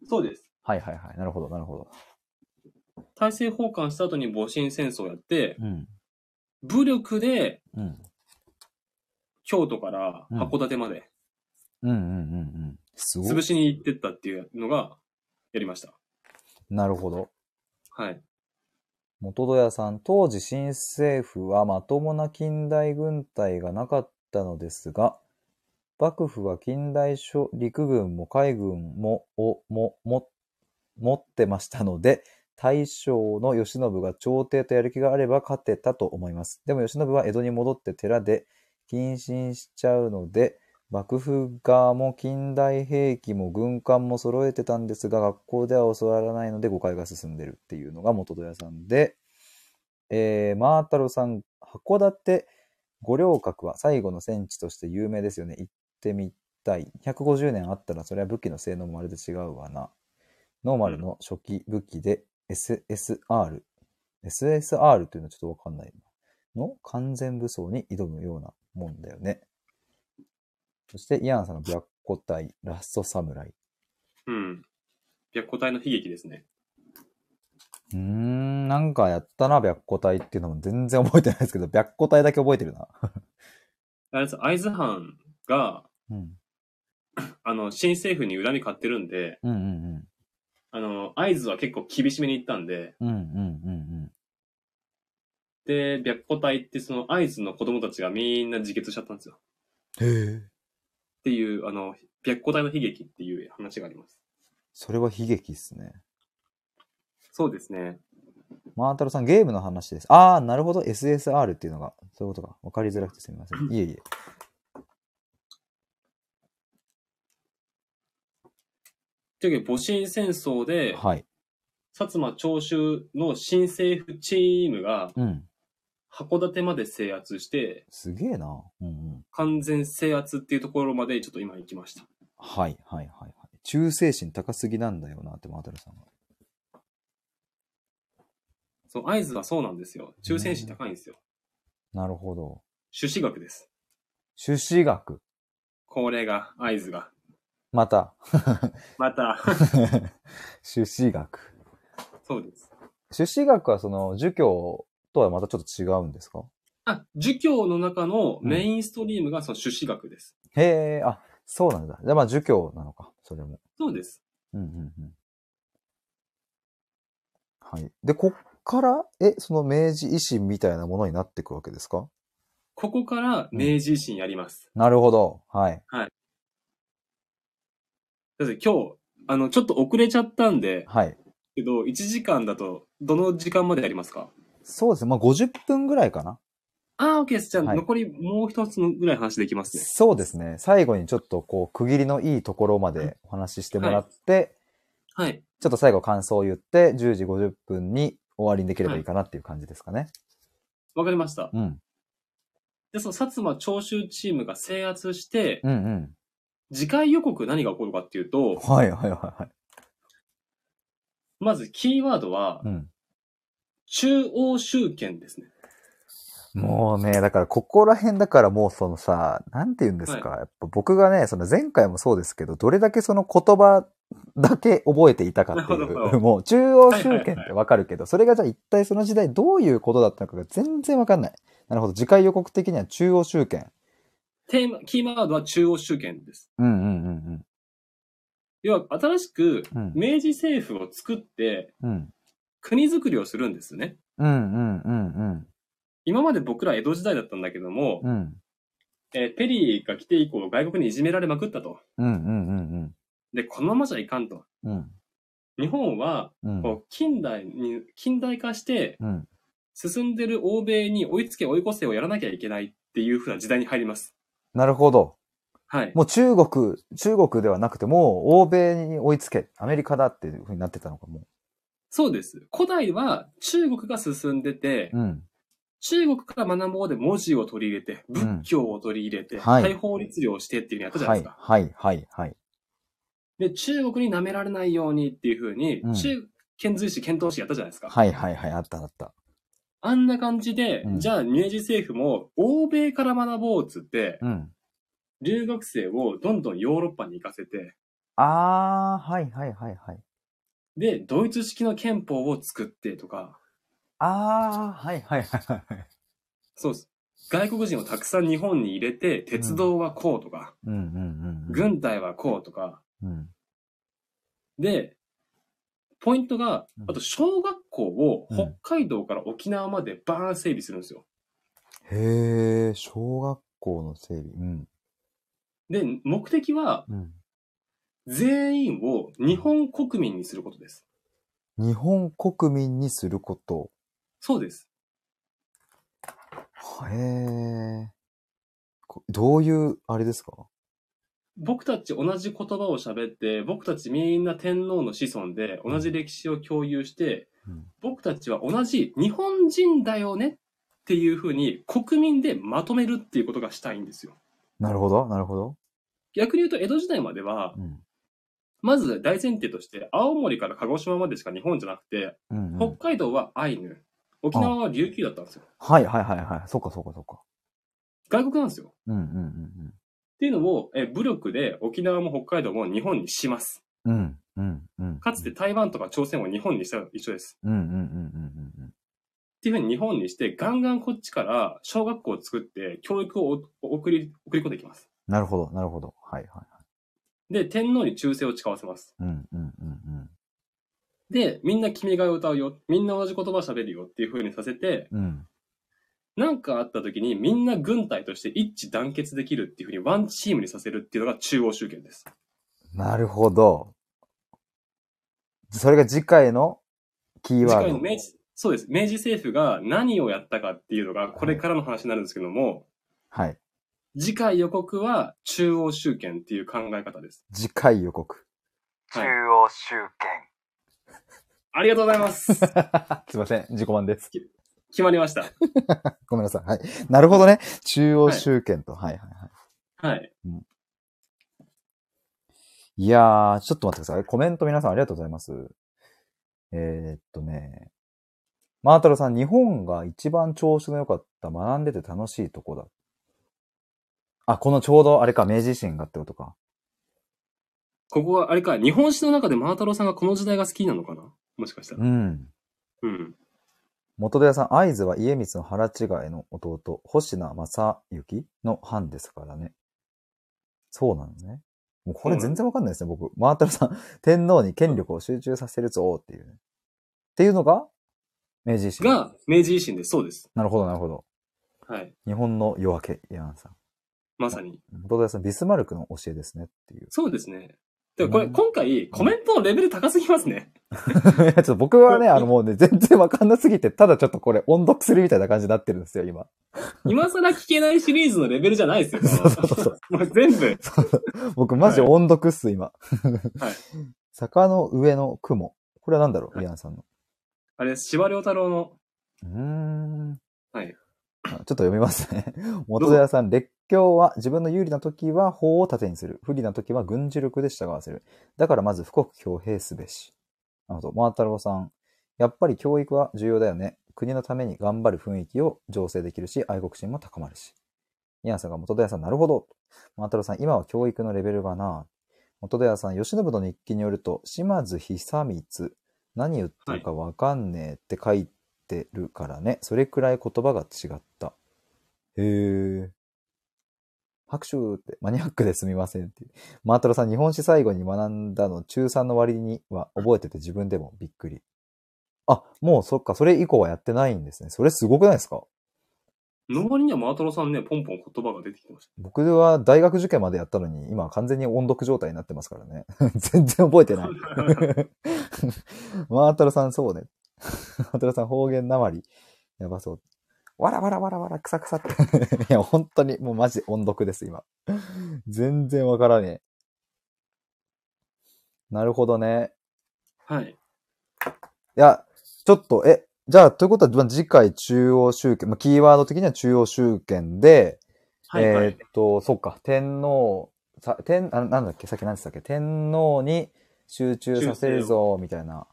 そうです。
はいはいはい。なるほど、なるほど。
大政奉還した後に戊辰戦争やって、
うん。
武力で
うん。
京都から函館まで
うんうんうんうん。すご
潰
い。
しに行ってったっていうのがやりました。
なるほど。
はい。
元戸屋さん、当時新政府はまともな近代軍隊がなかったのですが、幕府は近代諸陸軍も海軍も、を、も、も、持ってましたので、大将の慶喜が朝廷とやる気があれば勝てたと思います。でも慶喜は江戸に戻って寺で謹慎しちゃうので、幕府側も近代兵器も軍艦も揃えてたんですが、学校では教わらないので誤解が進んでるっていうのが元戸屋さんで、えー、マータロさん、函館五稜郭は最後の戦地として有名ですよね。行ってみたい。150年あったら、それは武器の性能もまるで違うわな。ノーマルの初期武器で SSR、SSR というのはちょっとわかんないなの完全武装に挑むようなもんだよね。そして、イアンさんの白虎隊、ラストサムライ。
うん。白虎隊の悲劇ですね。
うーん、なんかやったな、白虎隊っていうのも全然覚えてないですけど、白虎隊だけ覚えてるな。
あれです、会津藩が、
うん。
あの、新政府に恨み買ってるんで、
うんうん
あの、会津は結構厳しめに行ったんで、
うん。うんうんうん
で、白虎隊ってその会津の子供たちがみんな自決しちゃったんですよ。っ
うん。へえ。
ていう、あの、白虎隊の悲劇っていう話があります。
それは悲劇っすね。
そうですね。
マータロさん、ゲームの話です。あー、なるほど。SSR っていうのが、そういうことか。わかりづらくてすみません。いえいえ。
というわけで、戊辰戦争で、
はい。
薩摩長州の新政府チームが
うん。
函館まで制圧して、
すげえな。うんうん。
完全制圧っていうところまでちょっと今行きました。
はい、はい、はい。はい忠誠心高すぎなんだよなって、マータロさんが。
そう、会津はそうなんですよ。抽選心高いんですよ。
なるほど。
朱子学です。
朱子学。
これが、会津が。
また。
また、
朱子学。
そうです。
朱子学はその、儒教とはまたちょっと違うんですか
あ、儒教の中のメインストリームがその朱子学です。
へえ、あ、そうなんだ。じゃあまあ、儒教なのか。それも。
そうです。
うんうんうん。はい。で、こっから、え、その明治維新みたいなものになっていくわけですか
ここから明治維新やります。
なるほど。はい。
だって今日、あの、ちょっと遅れちゃったんで、
はい。
けど、1時間だと、どの時間までやりますか
そうですね。まあ、50分ぐらいかな。
あー、OK です。じゃあ、
はい
残りもう一つのぐらい話できますね。
そうですね。最後にちょっとこう、区切りのいいところまでお話ししてもらって、
はい。
ちょっと最後感想を言って、10時50分に終わりにできればいいかなっていう感じですかね。
わかりました。
うん。
で、その薩摩長州チームが制圧して、
うん
次回予告何が起こるかっていう
うん。
と、
はいはいはいはい。
まずキーワードは
う、ん。
中央集権ですね。
もうね、だからここら辺だからもうそのさ、なんて言うんですか、やっぱ僕がね、その前回もそうですけど、どれだけその言葉だけ覚えていたかってい
なるほど
う、 もう中央集権ってわかるけど、それがじゃあ一体その時代どういうことだったのかが全然わかんない。なるほど、次回予告的には中央集権。
テーマ、キーワードは中央集権です。
うんうんうん
要は、新しく
うん
明治政府を作って、
うん。うん。
国づくりをするんですよね。
うんうんうん
今まで僕ら江戸時代だったんだけども、
うん。うん。
えーペリーが来て以降、外国にいじめられまくったと。
うんうんうん
で、このままじゃいかんと。
うん。うん。
日本は、
うん。
こう近代に、近代化して、
うん。
進んでる欧米に追いつけ追い越せをやらなきゃいけないっていう風な時代に入ります。
なるほど。
はい。
もう中国、中国ではなくて、もう欧米に追いつけ、アメリカだっていう風になってたのかも
そうです。古代は中国が進んでて、
う。うん。
中国から学ぼうで文字を取り入れて、
ん
仏教を取り入れて、
はい
大法律令をしてっていうのやったじゃな
はい
で
い、
すか。
はい、はい、はい。
で、中国に舐められないようにっていう風に、
うん
中、遣隋使、遣唐使やったじゃないですか。
はい、はい、はい、あった、あった。
あんな感じで、
うん
じゃあ明治政府も欧米から学ぼうっつって、
うん。
留学生をどんどんヨーロッパに行かせて、
あー、はい、はい、はい、はい。
で、ドイツ式の憲法を作ってとか、
あー、はい、はい、はい、はい。
そうです。外国人をたくさん日本に入れて、鉄道はこうとか、
うん、うん、うんうん。
軍隊はこうとか、
うん。
で、ポイントが
う、ん
あと小学校を
うん
北海道から沖縄までバーン整備するんですよ。
へー、小学校の整備。うん。
で、目的は
うん。
全員を日本国民にすることです。
日本国民にすること。
そうです。
へー。こどういう、あれですか
僕たち同じ言葉を喋って、僕たちみんな天皇の子孫で同じ歴史を共有して、
うん
僕たちは同じ日本人だよねっていうふうに国民でまとめるっていうことがしたいんですよ。
なるほど、なるほど。
逆に言うと江戸時代までは
う、ん。
まず大前提として青森から鹿児島までしか日本じゃなくて、
うん、うん。
北海道はアイヌ、沖縄は琉球だったんですよ。
はいはいはいはい。そうかそうかそうか。
外国なんですよ。
うんうん
っていうのを、え武力で沖縄も北海道も日本にします。
うんうん。うんうんうん。
かつて。台湾とか朝鮮を日本にしたのと一緒です。
うんうんうんうんうん。
っていうふうに日本にして、ガンガンこっちから小学校を作って、教育をお送り、送り込んできます。
なるほど、なるほど。はいは
で、天皇に忠誠を誓わせます。
い。うんうんうん
で、みんな君が代を歌うよ。みんな同じ言葉喋るよっていうふうにさせて、
うん。うん。
なんかあった時にみんな軍隊として一致団結できるっていうふうにワンチームにさせるっていうのが中央集権です。
なるほど。それが次回のキー
次
ワー
回
ド。
の明治、そうです。明治政府が何をやったかっていうのがこれからの話になるんですけども、
はい。
次回予告は中央集権っていう考え方です。
次回予告。
はい
央集
ありがとうござ います。
権。 すいません。自己満です。
決まりました。
ごめんなさい。はい。なるほどね。中央集権と。はいはいはい。
はい。
いやー、ちょっと待ってください。コメント皆さんありがとうございます。えー、っとね。マータロさん、日本が一番調子の良かった、学んでて楽しいとこだ。あ、このちょうどあれか、明治維新がってことか。
ここは、あれか、日本史の中で真太郎さんがこの時代が好きなのかなもしかしたら。
うん。
うん。
元出屋さん、合図は家光の腹違いの弟、星名正幸の藩ですからね。そうなのね。もうこれ全然わかんないですね、僕。マータロさん、天皇に権力を集中させるぞっていうね。っていうのが、明治維新。
が、明治維新です。そうです。
なるほど、なるほど。
はい。
日本の夜明け、ヤンさん。
まさに。。
元田さん、ビスマルクの教えですねっていう
そうですね。でもこれ、
うん
今回、コメントのレベル高すぎま すね。
いや、ちょっと僕はね、あのもうね、全然わかんなすぎて、ただちょっとこれ音読するみたいな感じになってるんですよ、今。
今更聞けないシリーズのレベルじゃないですよ。
そうそうそうそう
もう全部。
僕マジ
はい
音読っす、今。
はい
坂の上の雲。これは何だろう、
はい
イアンさんの。
あれです、司馬遼太郎の。
うーん。
はい
あ。ちょっと読みます ね。元田さん、列強は自分の有利な時は法を盾にする。不利な時は軍事力で従わせる。だからまず、富国強兵すべし。あと、マータロウさん。やっぱり教育は重要だよね。国のために頑張る雰囲気を醸成できるし、愛国心も高まるし。イアンさんが元田屋さん、なるほど。万太郎さん、今は教育のレベルがな。元田屋さん、吉信の日記によると、島津久光、何言ってるかわかんねえって書いてるからね。それくらい言葉が違った。へえ。拍手って、マニアックですみませんって。マートロさん、日本史最後に学んだの中3の割には覚えてて自分でもびっくり。あ、もうそっか、それ以降はやってないんですね。それすごくないですか
の割にはマートロさんね、ポンポン言葉が出てきてまし
僕は大学受験までやったのに、今は完全に音読状態になってますからね。 全然覚え てない。マートロさん、そうね。マートロさん、方言なまり。やばそう。わらわらわらわら、くさくさって。 いや、本当に、もうマジで音読です、今。全然わからねえ。なるほどね。
た。は
い
い。
や、ちょっと、え、じゃあ、ということは、まあ次回中央集権、まあ、キーワード的には中央集権で、
はい、は
えーっ
い。
と、そっか、天皇、さ天あなんだっけ、さっき何でしたっけ、天皇に集中させるぞ、みたいな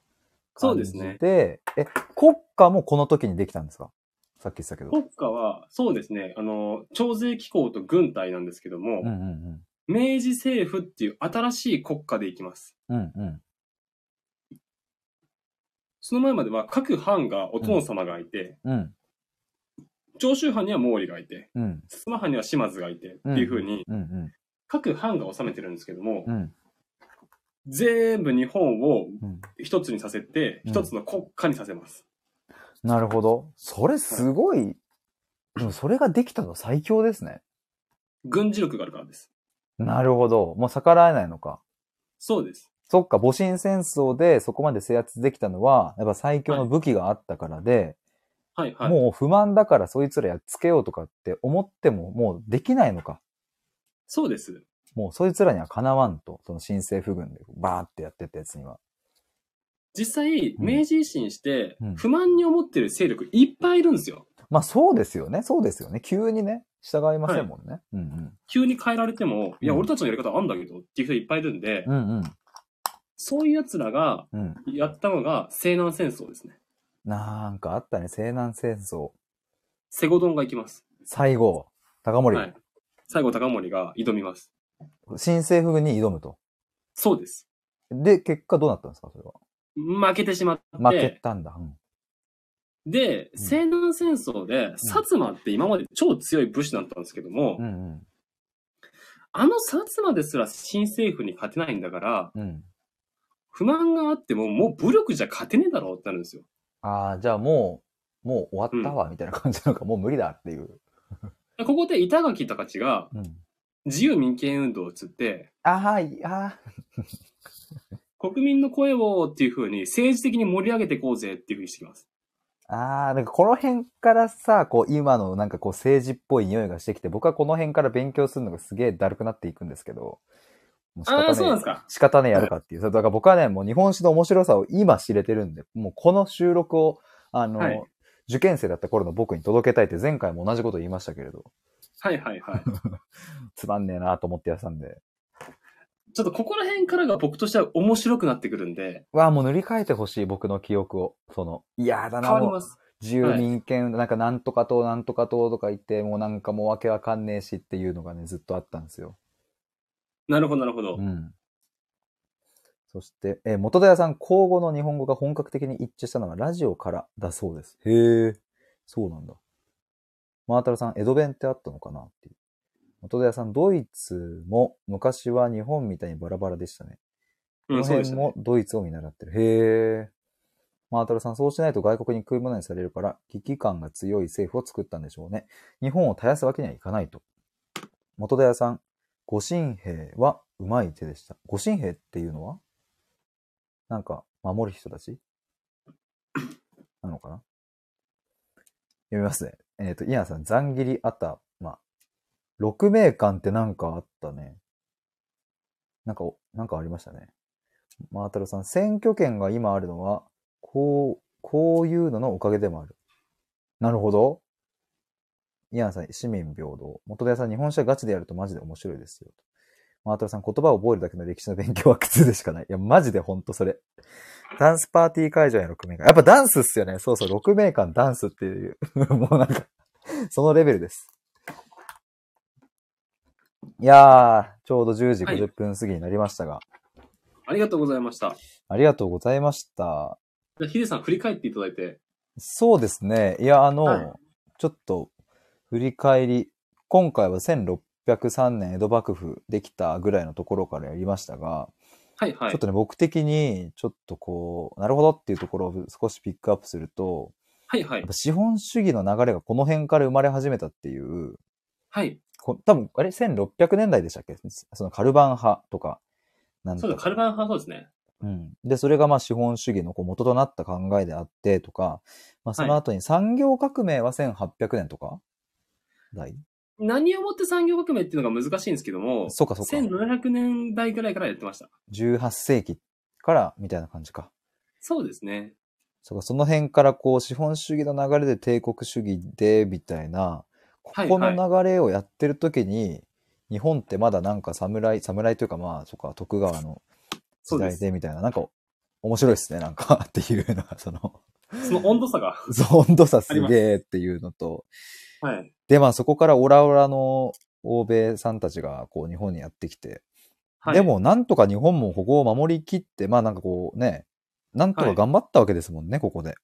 そう
感
で
じ
すね
で、え、国家もこの時にできたんですかさっき言ってたけど。
国家は、そうですね、あの、徴税機構と軍隊なんですけども、
うんうん
明治政府っていう新しい国家でいきます。
うん。うんうん。
その前までは各藩がお殿様がいて、
うん
長州藩には毛利がいて、
うん。
薩摩藩には島津がいて、っていう風に、
うんうん。
各藩が治めてるんですけども、
うん
全部日本を
うん。
一つにさせて、
うん
一つの国家にさせます。
なるほど。それすごい、でもそれができたの最強ですね。
軍事力があるからです。
なるほど。もう逆らえないのか。
そうです。
そっか、戊辰戦争でそこまで制圧できたのは、やっぱ最強の武器があったからで、
はいはい。
もう不満だからそいつらやっつけようとかって思ってももうできないのか。
そうです。
もうそいつらにはかなわんと、その新政府軍でバーってやってったやつには。
実際、
うん
明治維新して
うん、
不満に思ってる勢力いっぱいいるんですよ。
まあそうですよね、そうですよね。急にね、従いませんもんね。うん
急に変えられても、いや、
うん
俺たちのやり方あんだけどっていう人いっぱいいるんで、
うん。うんうん。
そういう奴らが
うん。
やったのが西南戦争ですね。
なんかあったね、西南戦争。
セゴドンが行きます。
最後、高森、
はい。最後、高森が挑みます。
新政府軍に挑むと。
そうです。
で、結果どうなったんですか、それは。
負けてしまって、
負けたんだ。うん
で、西南戦争で、薩摩って今まで超強い武士だったんですけども、
うん
あの薩摩ですら新政府に勝てないんだから、
うん。うん。
不満があってももう武力じゃ勝てねえだろうってなるんですよ。
ああ、じゃあもう、もう終わったわ、みたいな感じなのか、もう無理だっていう。
でここで板垣隆が
うん。
自由民権運動をつって、
あーはい、あ
国民の声をっていう風に政治的に盛り上げていこうぜっていう風にしてきます。
ーあー、なんかこの辺からさ、こう今のなんかこう政治っぽい匂いがしてきて、僕はこの辺から勉強するのがすげえだるくなっていくんですけど。もう仕方ねえ
ああ、そうなんですか。
仕方ねえやるかっていう。だから僕はね、もう日本史の面白さを今知れてるんで、もうこの収録を、あの、
はい
受験生だった頃の僕に届けたいって前回も同じこと言いましたけれど、
はいはいはい。
つまんねえなと思ってやってたんで。
ちょっとここら辺からが僕としては面白くなってくるんで、
わあ、もう塗り替えてほしい、僕の記憶を。その、いやーだ
変
な、
わり
もう
ます。
自由民権、なんかなんとか党、なんとか党とか言って、もうなんかもうわけわかんねえしっていうのがね、ずっとあったんですよ。
なるほどなるほど。
うん。そして、えー元田屋さん、口語の日本語が本格的に一致したのはラジオからだそうです。へえ、そうなんだ。マータルさん、江戸弁ってあったのかなっていう。元田屋さん、ドイツも昔は日本みたいにバラバラでしたね。
うん、
こ
そう
の
で
辺
した
も
ね。
ドイツを見習ってる。へえ。マータルさん、そうしないと外国に食い物にされるから、危機感が強い政府を作ったんでしょうね。日本を絶やすわけにはいかないと。元田屋さん、御神兵はうまい手でした。御神兵っていうのはなんか、守る人たちなのかな読みますね。えっ、と、イアンさん、ざんぎりあた、まあ、六名館ってなんかあったね。なんかお、なんかありましたね。マータロさん、選挙権が今あるのは、こう、こういうののおかげでもある。なるほど。イアンさん、市民平等。元田屋さん、日本車ガチでやるとマジで面白いですよ。マートルさん、言葉を覚えるだけの歴史の勉強は苦痛でしかない。いや、マジでほんとそれ。ダンスパーティー会場や6名間。やっぱダンスっすよね。そうそう、6名間ダンスっていう。 もうなんか、そのレベルです。いやー、ちょうど10時50分過ぎになりましたが、
ありがとうございました。
ありがとうございました。
じゃあヒデさん、振り返っていただいて。
そうですね。いや、あの、
はい
ちょっと、振り返り、今回は1603年江戸幕府できたぐらいのところからやりましたが、
はいは
ちょっ
い。
とね、僕的に、ちょっとこう、なるほどっていうところを少しピックアップすると、
はいは
や
い
っぱ。資本主義の流れがこの辺から生まれ始めたっていう、
はい。
こ多分、あれ ?1600 年代でしたっけそのカルバン派とか、なんと
そう
か
だ、カルバン派そうですね。
うん、で、それがまあ資本主義のこう元となった考えであってとか、まあ、その後に産業革命は1800年とか代
何をもって産業革命っていうのが難しいんですけども、
そうかそうか。
1700年代ぐらいからやってました。
18世紀からみたいな感じか。
そうですね。
そうか、その辺からこう資本主義の流れで帝国主義でみたいな、こ
はい
この流れをやってる時に、日本ってまだなんか侍、侍というかまあ、そっか、徳川の
そ
時
うで
代
す。
でみたいな、なんか面白いですね、なんかっていうのは、その、
その温度差が。
そう温度差す
あります
げえっていうのと、
はい。
で、まあそこからオラオラの欧米さんたちがこう日本にやってきて、
はい、
で、もなんとか日本もここを守りきって、まあなんかこうね、なんとか頑張ったわけですもんね、ここで。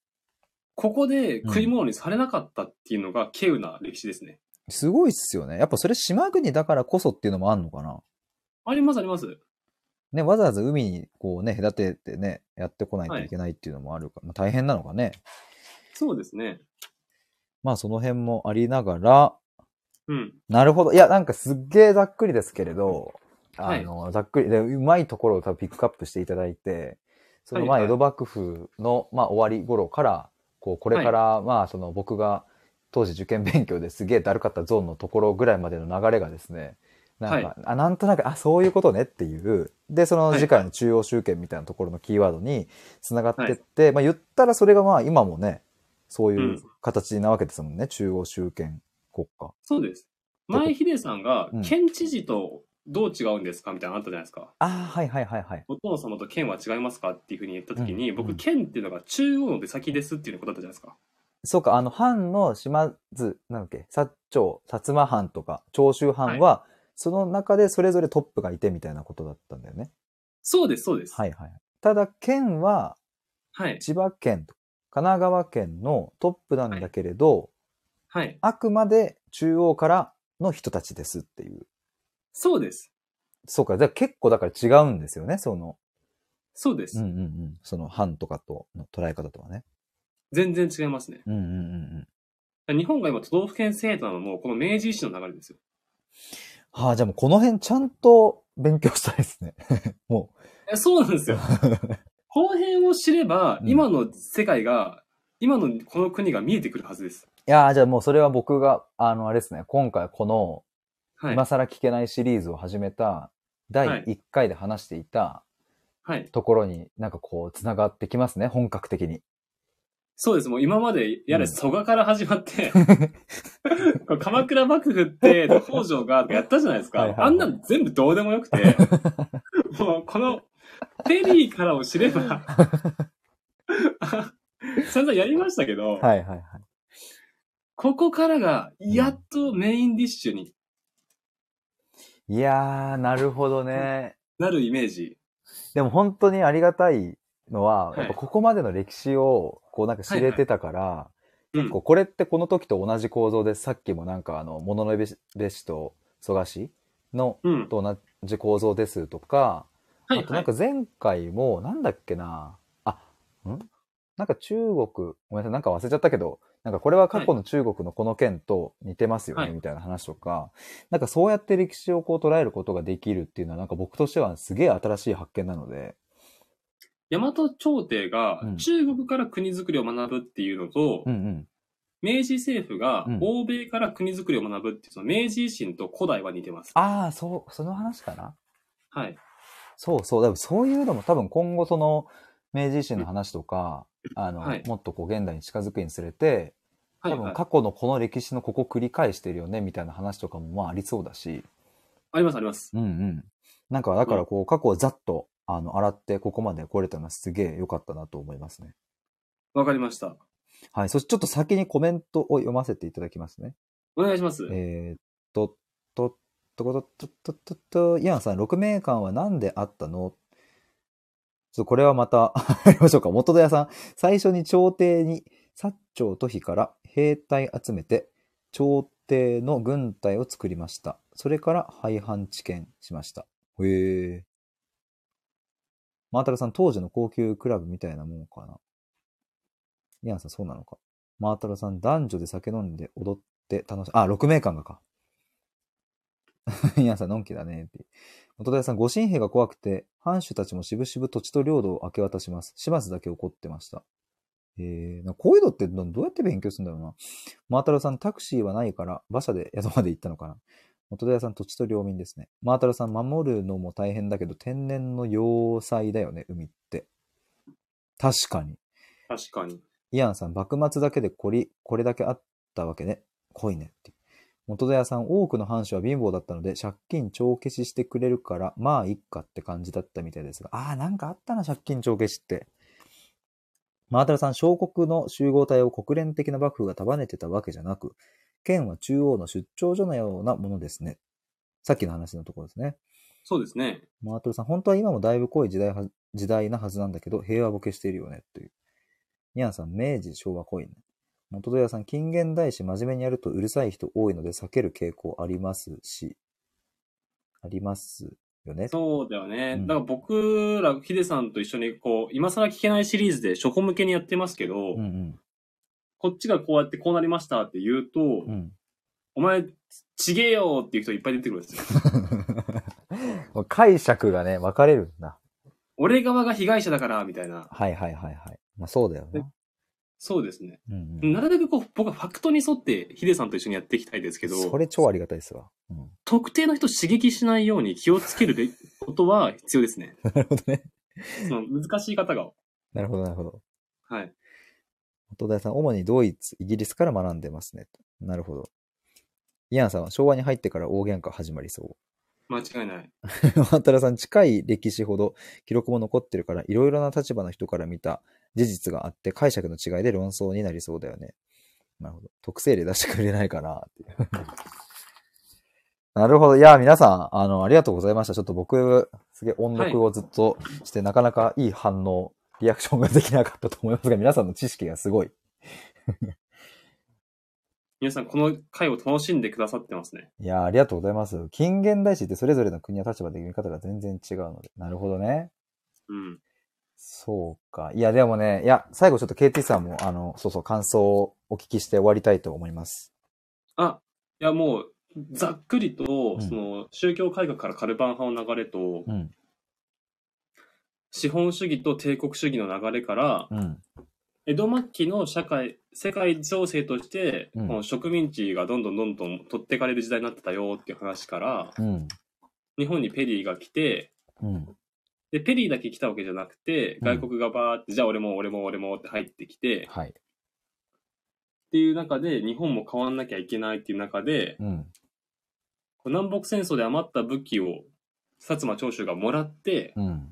ここで食い物にされなかったっていうのが、稀有な歴史ですね。
すごいっすよね。やっぱそれ島国だからこそっていうのもあんのかな。
ありますあります。
ね、わざわざ海にこうね、隔ててね、やってこないといけないっていうのもあるから、まあ大変なのかね。
そうですね。
まあその辺もありながら、
うん。
なるほど。いや、なんかすっげえざっくりですけれど、
は
あ
い
の、ざっくり、で、うまいところを多分ピックアップしていただいて、その、まあ、
はいは
江
い
戸幕府の、まあ、終わり頃から、こう、これから、まあ、その、僕が当時受験勉強ですげえだるかったゾーンのところぐらいまでの流れがですね、なんか、
は
あ、なんとなく、あ、そういうことねっていう、で、その
はい
次回の中央集権みたいなところのキーワードに繋がってって、まあ、言ったらそれがまあ、今もね、そういう形なわけですもんね、中央集権国家。
そうです。前、ヒデさんが
うん、
県知事とどう違うんですかみたいなのあったじゃないですか。
ああ、はいはいはいはい。
お父様と県は違いますかっていうふうに言ったときに、
うんう
僕、
ん
県っていうのが中央の出先ですっていうことだったじゃないですか。
そうか、あの、藩の島津、なんだっけ、薩長、薩摩藩とか、長州藩は、その中でそれぞれトップがいてみたいなことだったんだよね。
そうです、そうです。
はいはい。ただ、県は、
はい。
千葉県、神奈川県のトップなんだけれど、
はい。
あくまで中央からの人たちですっていう。
そうです。
そうか、じゃあ結構だから違うんですよね、その、
そうです。
うんうんうん、その藩とかとの捉え方とはね。
全然違いますね。
うんうんうんうん。
日本が今、都道府県制度なのも、この明治維新の流れですよ。
はあ、じゃあもうこの辺ちゃんと勉強したいですね。 も
えそうなんです
う
よ。。この辺を知れば、
うん
今の世界が、今のこの国が見えてくるはずです。
いやーじゃあもうそれは僕が、あの、あれですね、今回この、
はい
今。更聞けないシリーズを始めた、第
はい
1回で話していた
はい。
ところに、なんかこう、繋がってきますね、本格的に。
そうです。もう今まで、や
うん
れ、蘇我から始 まって、これ鎌倉幕府って、北条がやったじゃないです
はいは
か。
いはい
あんなの全部どうでもよ くて、もうこの、フェリーからを知れば、 あ散々やりましたけど、
はいはいはい。
ここからが、やっとメインディッシュに
いやー、なるほどね。
なるイメージ。
でも本当にありがたいのは、
はい
やっぱここまでの歴史を、こうなんか知れてたから、
うん
こうこれってこの時と同じ構造で、さっきもなんかあの、もののべしべしと蘇我氏の、
うん。
と同じ構造ですとか、
はい、
あとな
は
ん
い
か。前回も、なんだっけな、あ、んなんか中国、ごめんなさい、なんか忘れちゃったけど、なんかこれは過去の中国のこの件と似てますよね、
はい
みたいな話とか、なんかそうやって歴史をこう捉えることができるっていうのは、なんか僕としてはすげえ新しい発見なので、
大和朝廷が
うん
中国から国づくりを学ぶっていうのと、
うんうん。
明治政府が
うん
欧米から国づくりを学ぶっていう、その明治維新と古代は似てます。
ああ、そう、その話かな。
はい。
そうそう、だからそういうのも多分今後その、明治維新の話とか、あの、
はい
もっとこう現代に近づくにつれて、
はい、
多
は
分
い。
過去のこの歴史のここ繰り返してるよねみたいな話とかもまあありそうだし、
ありますあります。
うんうん。なんか、だからこう、過去をざっと、あの、洗って、ここまで来れたのはすげえ良かったなと思いますね。
わかりました。
はい。そしてちょっと先にコメントを読ませていただきますね。
お願いします。
えーっと、と、とこと、と、と、と、と、イアンさん、6名間は何であったのちょっとこれはまた、やりましょうか。元田屋さん、最初に朝廷に、薩長都比から兵隊集めて、朝廷の軍隊を作りました。それから廃藩置県しました。へえ。マータルさん、当時の高級クラブみたいなもんかな。イアンさん、そうなのか。マータルさん、男女で酒飲んで踊って楽し、あ、6名間がか。 イアンさん、のんきだね。って元田屋さん、ご神兵が怖くて、藩主たちもしぶしぶ土地と領土を明け渡します。始末だけ怒ってました。えー、なんかこういうのってどどうやって勉強するんだろうな。マータロさん、タクシーはないから、馬車で宿まで行ったのかな。元田屋さん、土地と領民ですね。マータロさん、守るのも大変だけど、天然の要塞だよね、海って。確かに。
確かに。
イアンさん、幕末だけでこり、これだけあったわけね。濃いねって。元田屋さん、多くの藩主は貧乏だったので、借金帳消ししてくれるから、まあ、いっかって感じだったみたいですが。ああ、なんかあったな、借金帳消しって。マータルさん、小国の集合体を国連的な幕府が束ねてたわけじゃなく、県は中央の出張所のようなものですね。さっきの話のところですね。
そうですね。
マートルさん、本当は今もだいぶ濃い時代は時代なはずなんだけど、平和ボケしているよね、という。ニャンさん、明治、昭和濃いね。元戸屋さん、近現代史真面目にやるとうるさい人多いので避ける傾向ありますし、ありますよね。
そうだよね。
うん
だから僕ら、ヒデさんと一緒に、こう、今更聞けないシリーズで初歩向けにやってますけど、
うんうん。
こっちがこうやってこうなりましたって言うと、
うん。
お前、ちげえよっていう人いっぱい出てくるん ですよ。
もう解釈がね、分かれるんだ。
俺側が被害者だから、みたいな。
はいはいはいはい。まあそうだよね。
そうですね。
うんうん。
なるべくこう、僕はファクトに沿って、ヒデさんと一緒にやっていきたいですけど、
それ超ありがたいですわ。うん。
特定の人を刺激しないように気をつけるべきことは必要で すね。
なるほどね。
その難しい方が。
なるほどなるほど。
はい。
元田さん、主にドイツ、イギリスから学んでますね。なるほど。イアンさんは昭和に入ってから大喧嘩始まりそう。
間違いない。
マタラさん、近い歴史ほど記録も残ってるから、いろいろな立場の人から見た事実があって、解釈の違いで論争になりそうだよね。なるほど。特性例出してくれないかな っていう。なるほど。いや、皆さん、あの、ありがとうございました。ちょっと僕、すげえ音読をずっとして、なかなかいい反応、リアクションができなかったと思いますが、皆さんの知識がすごい。
皆さん、この回を楽しんでくださってますね。
いやー、ありがとうございます。近現代史ってそれぞれの国や立場で見方が全然違うので。なるほどね。
うん。
そうか。いや、でもね、いや、最後ちょっと KT さんも、あの、そうそう、感想をお聞きして終わりたいと思います。
あ、いや、もう、ざっくりと、
うん
その、宗教改革からカルバン派の流れと、
うん。
資本主義と帝国主義の流れから、
うん。
江戸末期の社会、世界情勢として、
うん
この植民地がどんどんどんどん取ってかれる時代になってたよっていう話から、
うん。
日本にペリーが来て、
うん。
で、ペリーだけ来たわけじゃなくて、
うん
外国がバーって、じゃあ俺も俺も俺もって入ってきて、っ
はい。
ていう中で、日本も変わんなきゃいけないっていう中で、
うん。
こう南北戦争で余った武器を、薩摩長州がもらって、
うん。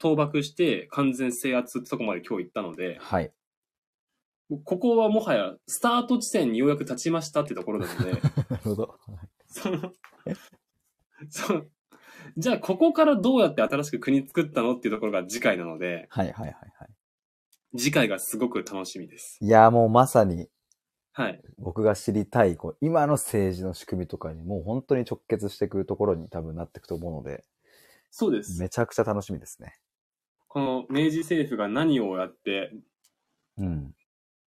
倒幕して完全制圧ってとこまで今日行ったので、
はい。
ここはもはやスタート地点にようやく立ちましたってところなの で、
なるほど。
その、その、じゃあここからどうやって新しく国作ったのっていうところが次回なので、
はいはいはいは
次回がすごく楽しみです。
い。いや、もうまさに
はい。
僕が知りたい、こう、今の政治の仕組みとかにもう本当に直結してくるところに多分なっていくと思うので、
そうです。
めちゃくちゃ楽しみですね。
この明治政府が何をやって、
うん。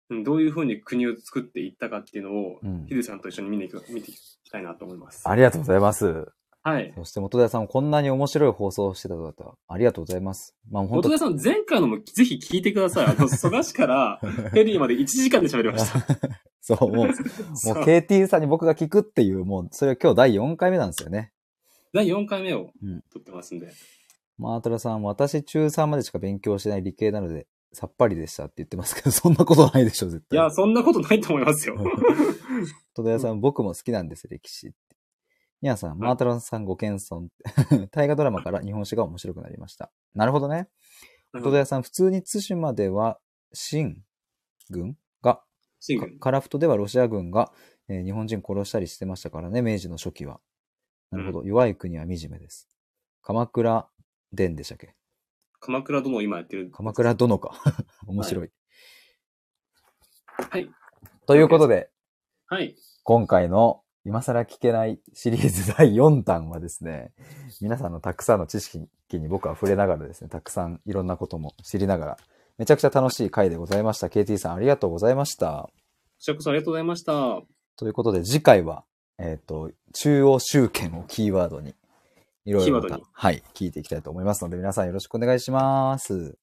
うんどういうふうに国を作っていったかっていうのを、
うん
ヒデさんと一緒に見に行く見ていきたいなと思います。
ありがとうございます。
はい。
そして元田さんもこんなに面白い放送をしてたとだったらありがとうございます。まあ本
元
当
田さん、前回のもぜひ聞いてください。 あの、蘇我市からペリーまで1時間で喋りました。
そう、もう、も
そう
う KT さんに僕が聞くっていう、もう、それは今日第4回目なんですよね。
第4回目を
うん
撮ってますんで。
マートラさん、私中3までしか勉強してない理系なので、さっぱりでしたって言ってますけど、 そんなことないでしょ、絶
い
対。
や、 そんなことないと思いますよ。
戸田屋さん、僕も好きなんです、歴史って。ニャンさん、マータロンさんご謙遜。 大河ドラマから日本史が面白くなりました。なるほどね。
なるほ
戸
ど
田屋さん、普通に対馬では、秦軍が、
シン
か
グル
樺太ではロシア軍が、えー日本人殺したりしてましたからね、明治の初期は。なるほど。弱い国は惨めです。鎌倉殿でしたっけ
鎌倉殿を今やってる。
鎌倉殿か。 面白い。
はい。
ということで、
はい。
今回の今更聞けないシリーズ第4弾はですね、皆さんのたくさんの知識に僕は触れながらですね、たくさんいろんなことも知りながら、めちゃくちゃ楽しい回でございました。KT さんありがとうございました。
こちらこそありがとうございました。は
ということで次回は、えっ、と、中央集権をキーワードに、いろいろま
キーワード
た
に、
はい、聞いていきたいと思いますので、皆さんよろしくお願いします。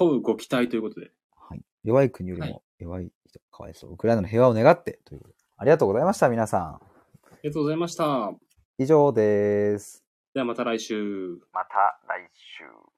うご期待ということで。
はい、弱い国よりも弱い人、かわいそう。ウクライナの平和を願って、ということで。ありがとうございました、皆さ
ありがとうございました。
ん。以上です。
ではまた来週。
また来週。